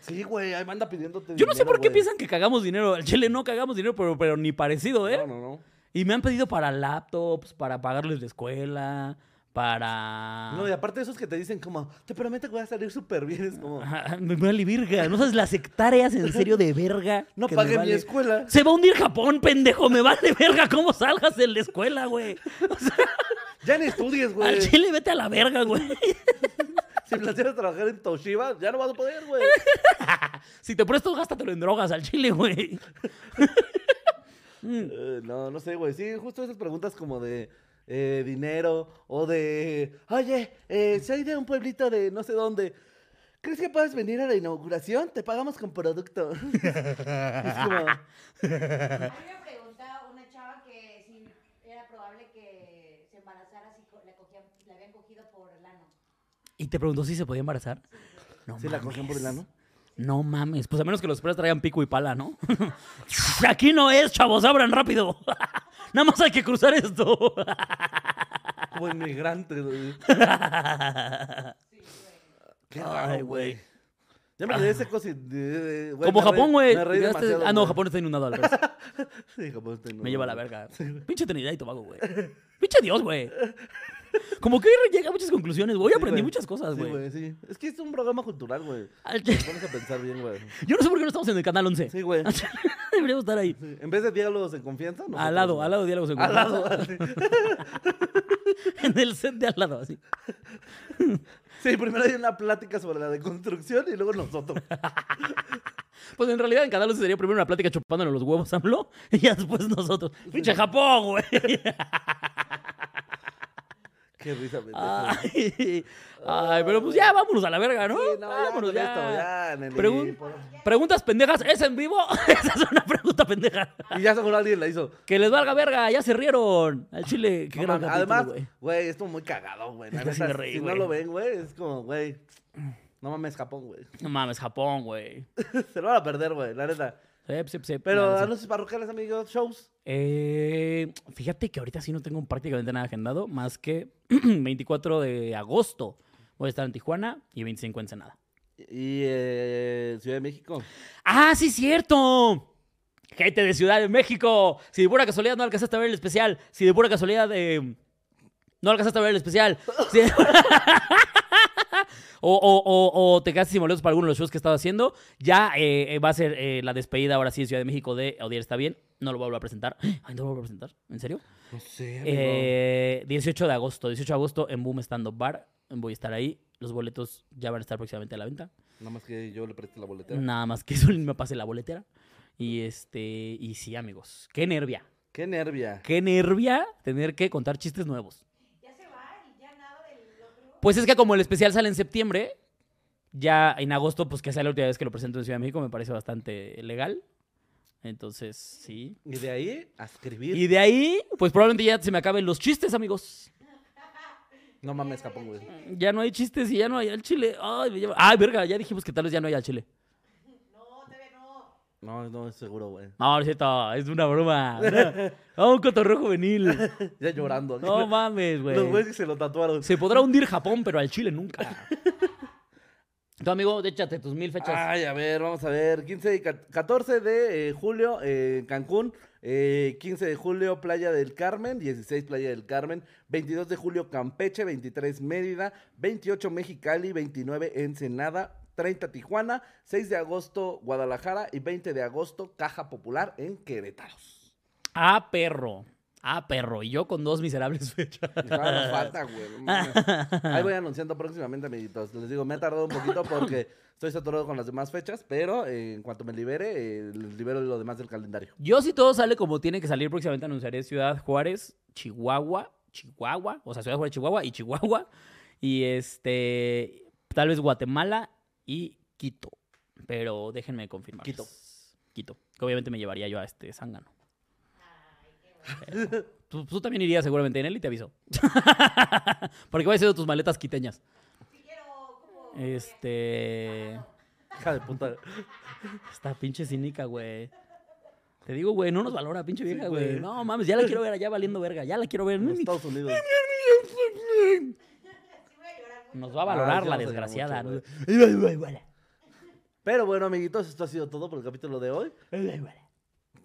Speaker 2: Sí, güey, ahí manda pidiéndote
Speaker 1: Yo no sé
Speaker 2: dinero,
Speaker 1: por qué
Speaker 2: güey.
Speaker 1: piensan que cagamos dinero. Al chile no cagamos dinero, pero, pero ni parecido, ¿eh?
Speaker 2: No, no, no.
Speaker 1: Y me han pedido para laptops, para pagarles la escuela, para...
Speaker 2: No, y aparte esos que te dicen como, te prometo que voy a salir súper bien, es como,
Speaker 1: (laughs) Ajá, Me vale verga. ¿No sabes las hectáreas en serio de verga?
Speaker 2: (laughs) no
Speaker 1: que me
Speaker 2: pagué mi
Speaker 1: vale?
Speaker 2: escuela.
Speaker 1: Se va a hundir Japón, pendejo. Me vale verga cómo salgas de la escuela, güey.
Speaker 2: Ya ni
Speaker 1: (laughs)
Speaker 2: estudies,
Speaker 1: Al
Speaker 2: güey.
Speaker 1: chile vete a la verga, güey.
Speaker 2: Si planeas trabajar en Toshiba, ya no vas a poder, güey.
Speaker 1: (laughs) (laughs) Si te presto, gástatelo en drogas al chile, güey. Mm.
Speaker 2: Eh, no, no sé, güey. Sí, justo esas preguntas como de eh, dinero o de, oye, eh, soy de un pueblito de no sé dónde. ¿Crees que puedes venir a la inauguración? Te pagamos con producto. (laughs) es como,
Speaker 3: A mí me preguntaba una chava que si era probable que se embarazara si co- la, cogían, la habían cogido por el ano.
Speaker 1: Y te preguntó si se podía embarazar. No
Speaker 2: ¿Sí la cogían por el
Speaker 1: mames.
Speaker 2: ano?
Speaker 1: No mames. Pues a menos que los perros traigan pico y pala, ¿no? (laughs) Aquí no es, chavos. Abran rápido. (laughs) Nada más hay que cruzar
Speaker 2: (laughs)
Speaker 1: esto.
Speaker 2: Como inmigrante. güey. Qué raro,
Speaker 1: Ay, güey.
Speaker 2: güey. Ya me quedé seco sin- eh,
Speaker 1: Como
Speaker 2: me reí-
Speaker 1: Japón, güey.
Speaker 2: me reí
Speaker 1: Llegaste-
Speaker 2: demasiado,
Speaker 1: Ah, no,
Speaker 2: güey.
Speaker 1: Japón está inundado al revés.
Speaker 2: (laughs) Sí, Japón está
Speaker 1: Me lleva a la
Speaker 2: inundado.
Speaker 1: verga. Pinche Trinidad y Tobago, güey. Pinche Dios, güey. Como que llega a muchas conclusiones, güey. Hoy
Speaker 2: Sí,
Speaker 1: aprendí
Speaker 2: güey.
Speaker 1: muchas cosas,
Speaker 2: Sí,
Speaker 1: güey.
Speaker 2: güey, sí. Es que es un programa cultural, güey.
Speaker 1: Al-
Speaker 2: Te Pones a pensar bien, güey.
Speaker 1: (laughs) Yo no sé por qué no estamos en el canal 11. (laughs)
Speaker 2: Sí, güey. Sí.
Speaker 1: Deberíamos estar ahí.
Speaker 2: En vez de diálogos en confianza, no.
Speaker 1: Al lado, al lado de diálogos en
Speaker 2: Al lado.
Speaker 1: Confianza. (laughs) En el set de al lado, así.
Speaker 2: (laughs) Sí, primero hay una plática sobre la deconstrucción y luego nosotros. (laughs)
Speaker 1: Pues en realidad en Canal 11 sería primero una plática chupándole los huevos a AMLO (laughs) y ya después nosotros. ¡Pinche Japón,
Speaker 2: (laughs)
Speaker 1: güey!
Speaker 2: Qué risa, pendejo.
Speaker 1: Ay, ay, pero pues ya vámonos a la verga, Ah, ¿no?
Speaker 2: Sí, no, ya
Speaker 1: vámonos
Speaker 2: con
Speaker 1: ya.
Speaker 2: esto, ya, Nelly,
Speaker 1: Pregun-
Speaker 2: por-
Speaker 1: Preguntas pendejas, ¿es en vivo? (laughs) Esa es una pregunta pendeja.
Speaker 2: Y ya seguro alguien la hizo.
Speaker 1: Que les valga verga, ya se rieron. Al chile, qué
Speaker 2: No,
Speaker 1: gran
Speaker 2: mames,
Speaker 1: capítulo,
Speaker 2: además,
Speaker 1: güey.
Speaker 2: güey, esto muy cagado, güey.
Speaker 1: (laughs)
Speaker 2: La
Speaker 1: Yo sí
Speaker 2: neta,
Speaker 1: me reí,
Speaker 2: si no
Speaker 1: güey.
Speaker 2: lo ven, güey, es como, güey, no mames Japón, güey. (laughs)
Speaker 1: No mames, Japón, güey.
Speaker 2: Se lo van a perder, güey, la neta.
Speaker 1: Sep, sep, sep,
Speaker 2: Pero
Speaker 1: la-
Speaker 2: a los parroquiales, amigos, shows.
Speaker 1: Eh, fíjate que ahorita sí no tengo prácticamente nada agendado, más que (clears throat) 24 de agosto voy a estar en Tijuana y 25 en Senada.
Speaker 2: Y eh, Ciudad de México.
Speaker 1: ¡Ah, sí, cierto! Gente de Ciudad de México, si de pura casualidad no alcanzaste a ver el especial, si de pura casualidad eh, no alcanzaste a ver el especial, si de- (laughs) o, o- o- o te quedaste sin boletos para alguno de los shows que estaba haciendo, ya eh, eh, va a ser eh, la despedida ahora sí de Ciudad de México de Odiar está bien, no lo voy a volver a presentar. (gasps) Ay, no lo voy a volver a presentar, ¿en serio?
Speaker 2: No sé,
Speaker 1: Eh, 18 de agosto, 18 de agosto en Boom Stand Up Bar, voy a estar ahí, los boletos ya van a estar próximamente a la venta.
Speaker 2: Nada más que yo le preste la boletera.
Speaker 1: Nada más que (laughs) eso me pase la boletera. Y este, y sí, amigos, qué nervia.
Speaker 2: Qué nervia.
Speaker 1: Qué nervia tener que contar chistes nuevos.
Speaker 3: Ya se va y ya nada del otro.
Speaker 1: Pues es que como el especial sale en septiembre, ya en agosto, pues que sea la última vez que lo presento en Ciudad de México, me parece bastante legal. Entonces, sí.
Speaker 2: Y de ahí a escribir.
Speaker 1: Y de ahí, pues probablemente ya se me acaben los chistes, amigos.
Speaker 2: No mames, Japón, güey.
Speaker 1: Ya no hay chistes y ya no hay al chile. Ay, me lleva- Ay, verga, ya dijimos que tal vez ya no hay al chile.
Speaker 3: No, todavía no.
Speaker 2: No, no, es seguro, güey.
Speaker 1: No, no es cierto, es una broma. (laughs) Ah, un cotorreo juvenil.
Speaker 2: Ya llorando.
Speaker 1: No mames, güey.
Speaker 2: (laughs) Los güeyes que se lo tatuaron.
Speaker 1: Se podrá hundir Japón, pero al Chile nunca. Tu amigo, échate tus mil fechas.
Speaker 2: Ay, a ver, vamos a ver. 15 y ca- 14 de eh, julio, eh, Cancún. Eh, 15 de julio, Playa del Carmen. 16, Playa del Carmen. 22 de julio, Campeche. 23, Mérida. 28, Mexicali. 29, Ensenada. 30, Tijuana. 6 de agosto, Guadalajara. Y 20 de agosto, Caja Popular en Querétaro.
Speaker 1: Ah, perro. Ah, perro. Y yo con dos miserables (laughs) fechas.
Speaker 2: Todavía nos falta, güey. no mames. Ahí voy anunciando próximamente, amiguitos. Les digo, me ha tardado un poquito porque estoy saturado con las demás fechas, pero eh, en cuanto me libere, eh, les libero lo demás del calendario.
Speaker 1: Yo, si todo sale como tiene que salir, próximamente anunciaré Ciudad Juárez, Chihuahua, Chihuahua, o sea, Ciudad Juárez, Chihuahua y Chihuahua. Y este, tal vez Guatemala y Quito. Pero déjenme confirmar.
Speaker 2: Quito.
Speaker 1: Quito. Que obviamente me llevaría yo a este zángano. Pero Tú, tú también irías seguramente en él y te aviso. (laughs) Porque voy haciendo tus maletas quiteñas.
Speaker 3: Si quiero, como.
Speaker 1: Este.
Speaker 2: (laughs) Hija de puta.
Speaker 1: Esta pinche cínica, güey. Te digo, güey, no nos valora, pinche vieja, güey.
Speaker 2: güey.
Speaker 1: No mames, ya la quiero ver allá valiendo verga. Ya la quiero ver.
Speaker 2: En Estados Unidos.
Speaker 3: Sí, voy a llorar mucho.
Speaker 1: Nos va a
Speaker 2: Ah,
Speaker 1: valorar
Speaker 2: sí
Speaker 1: la
Speaker 2: vamos a
Speaker 1: desgraciada.
Speaker 2: llorar
Speaker 1: ¿no?
Speaker 2: Pero bueno, amiguitos, esto ha sido todo por el capítulo de hoy.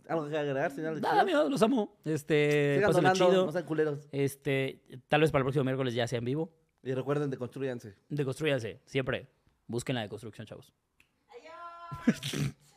Speaker 2: ¿Algo que agregar, señor?
Speaker 1: Nada, amigos, los amo. Este,
Speaker 2: Sigan
Speaker 1: pásenla
Speaker 2: donando,
Speaker 1: chido.
Speaker 2: no sean culeros.
Speaker 1: Este, tal vez para el próximo miércoles ya sea en vivo.
Speaker 2: Y recuerden, deconstruyanse.
Speaker 1: Deconstruyanse, siempre. Busquen la deconstrucción, chavos.
Speaker 3: Adiós.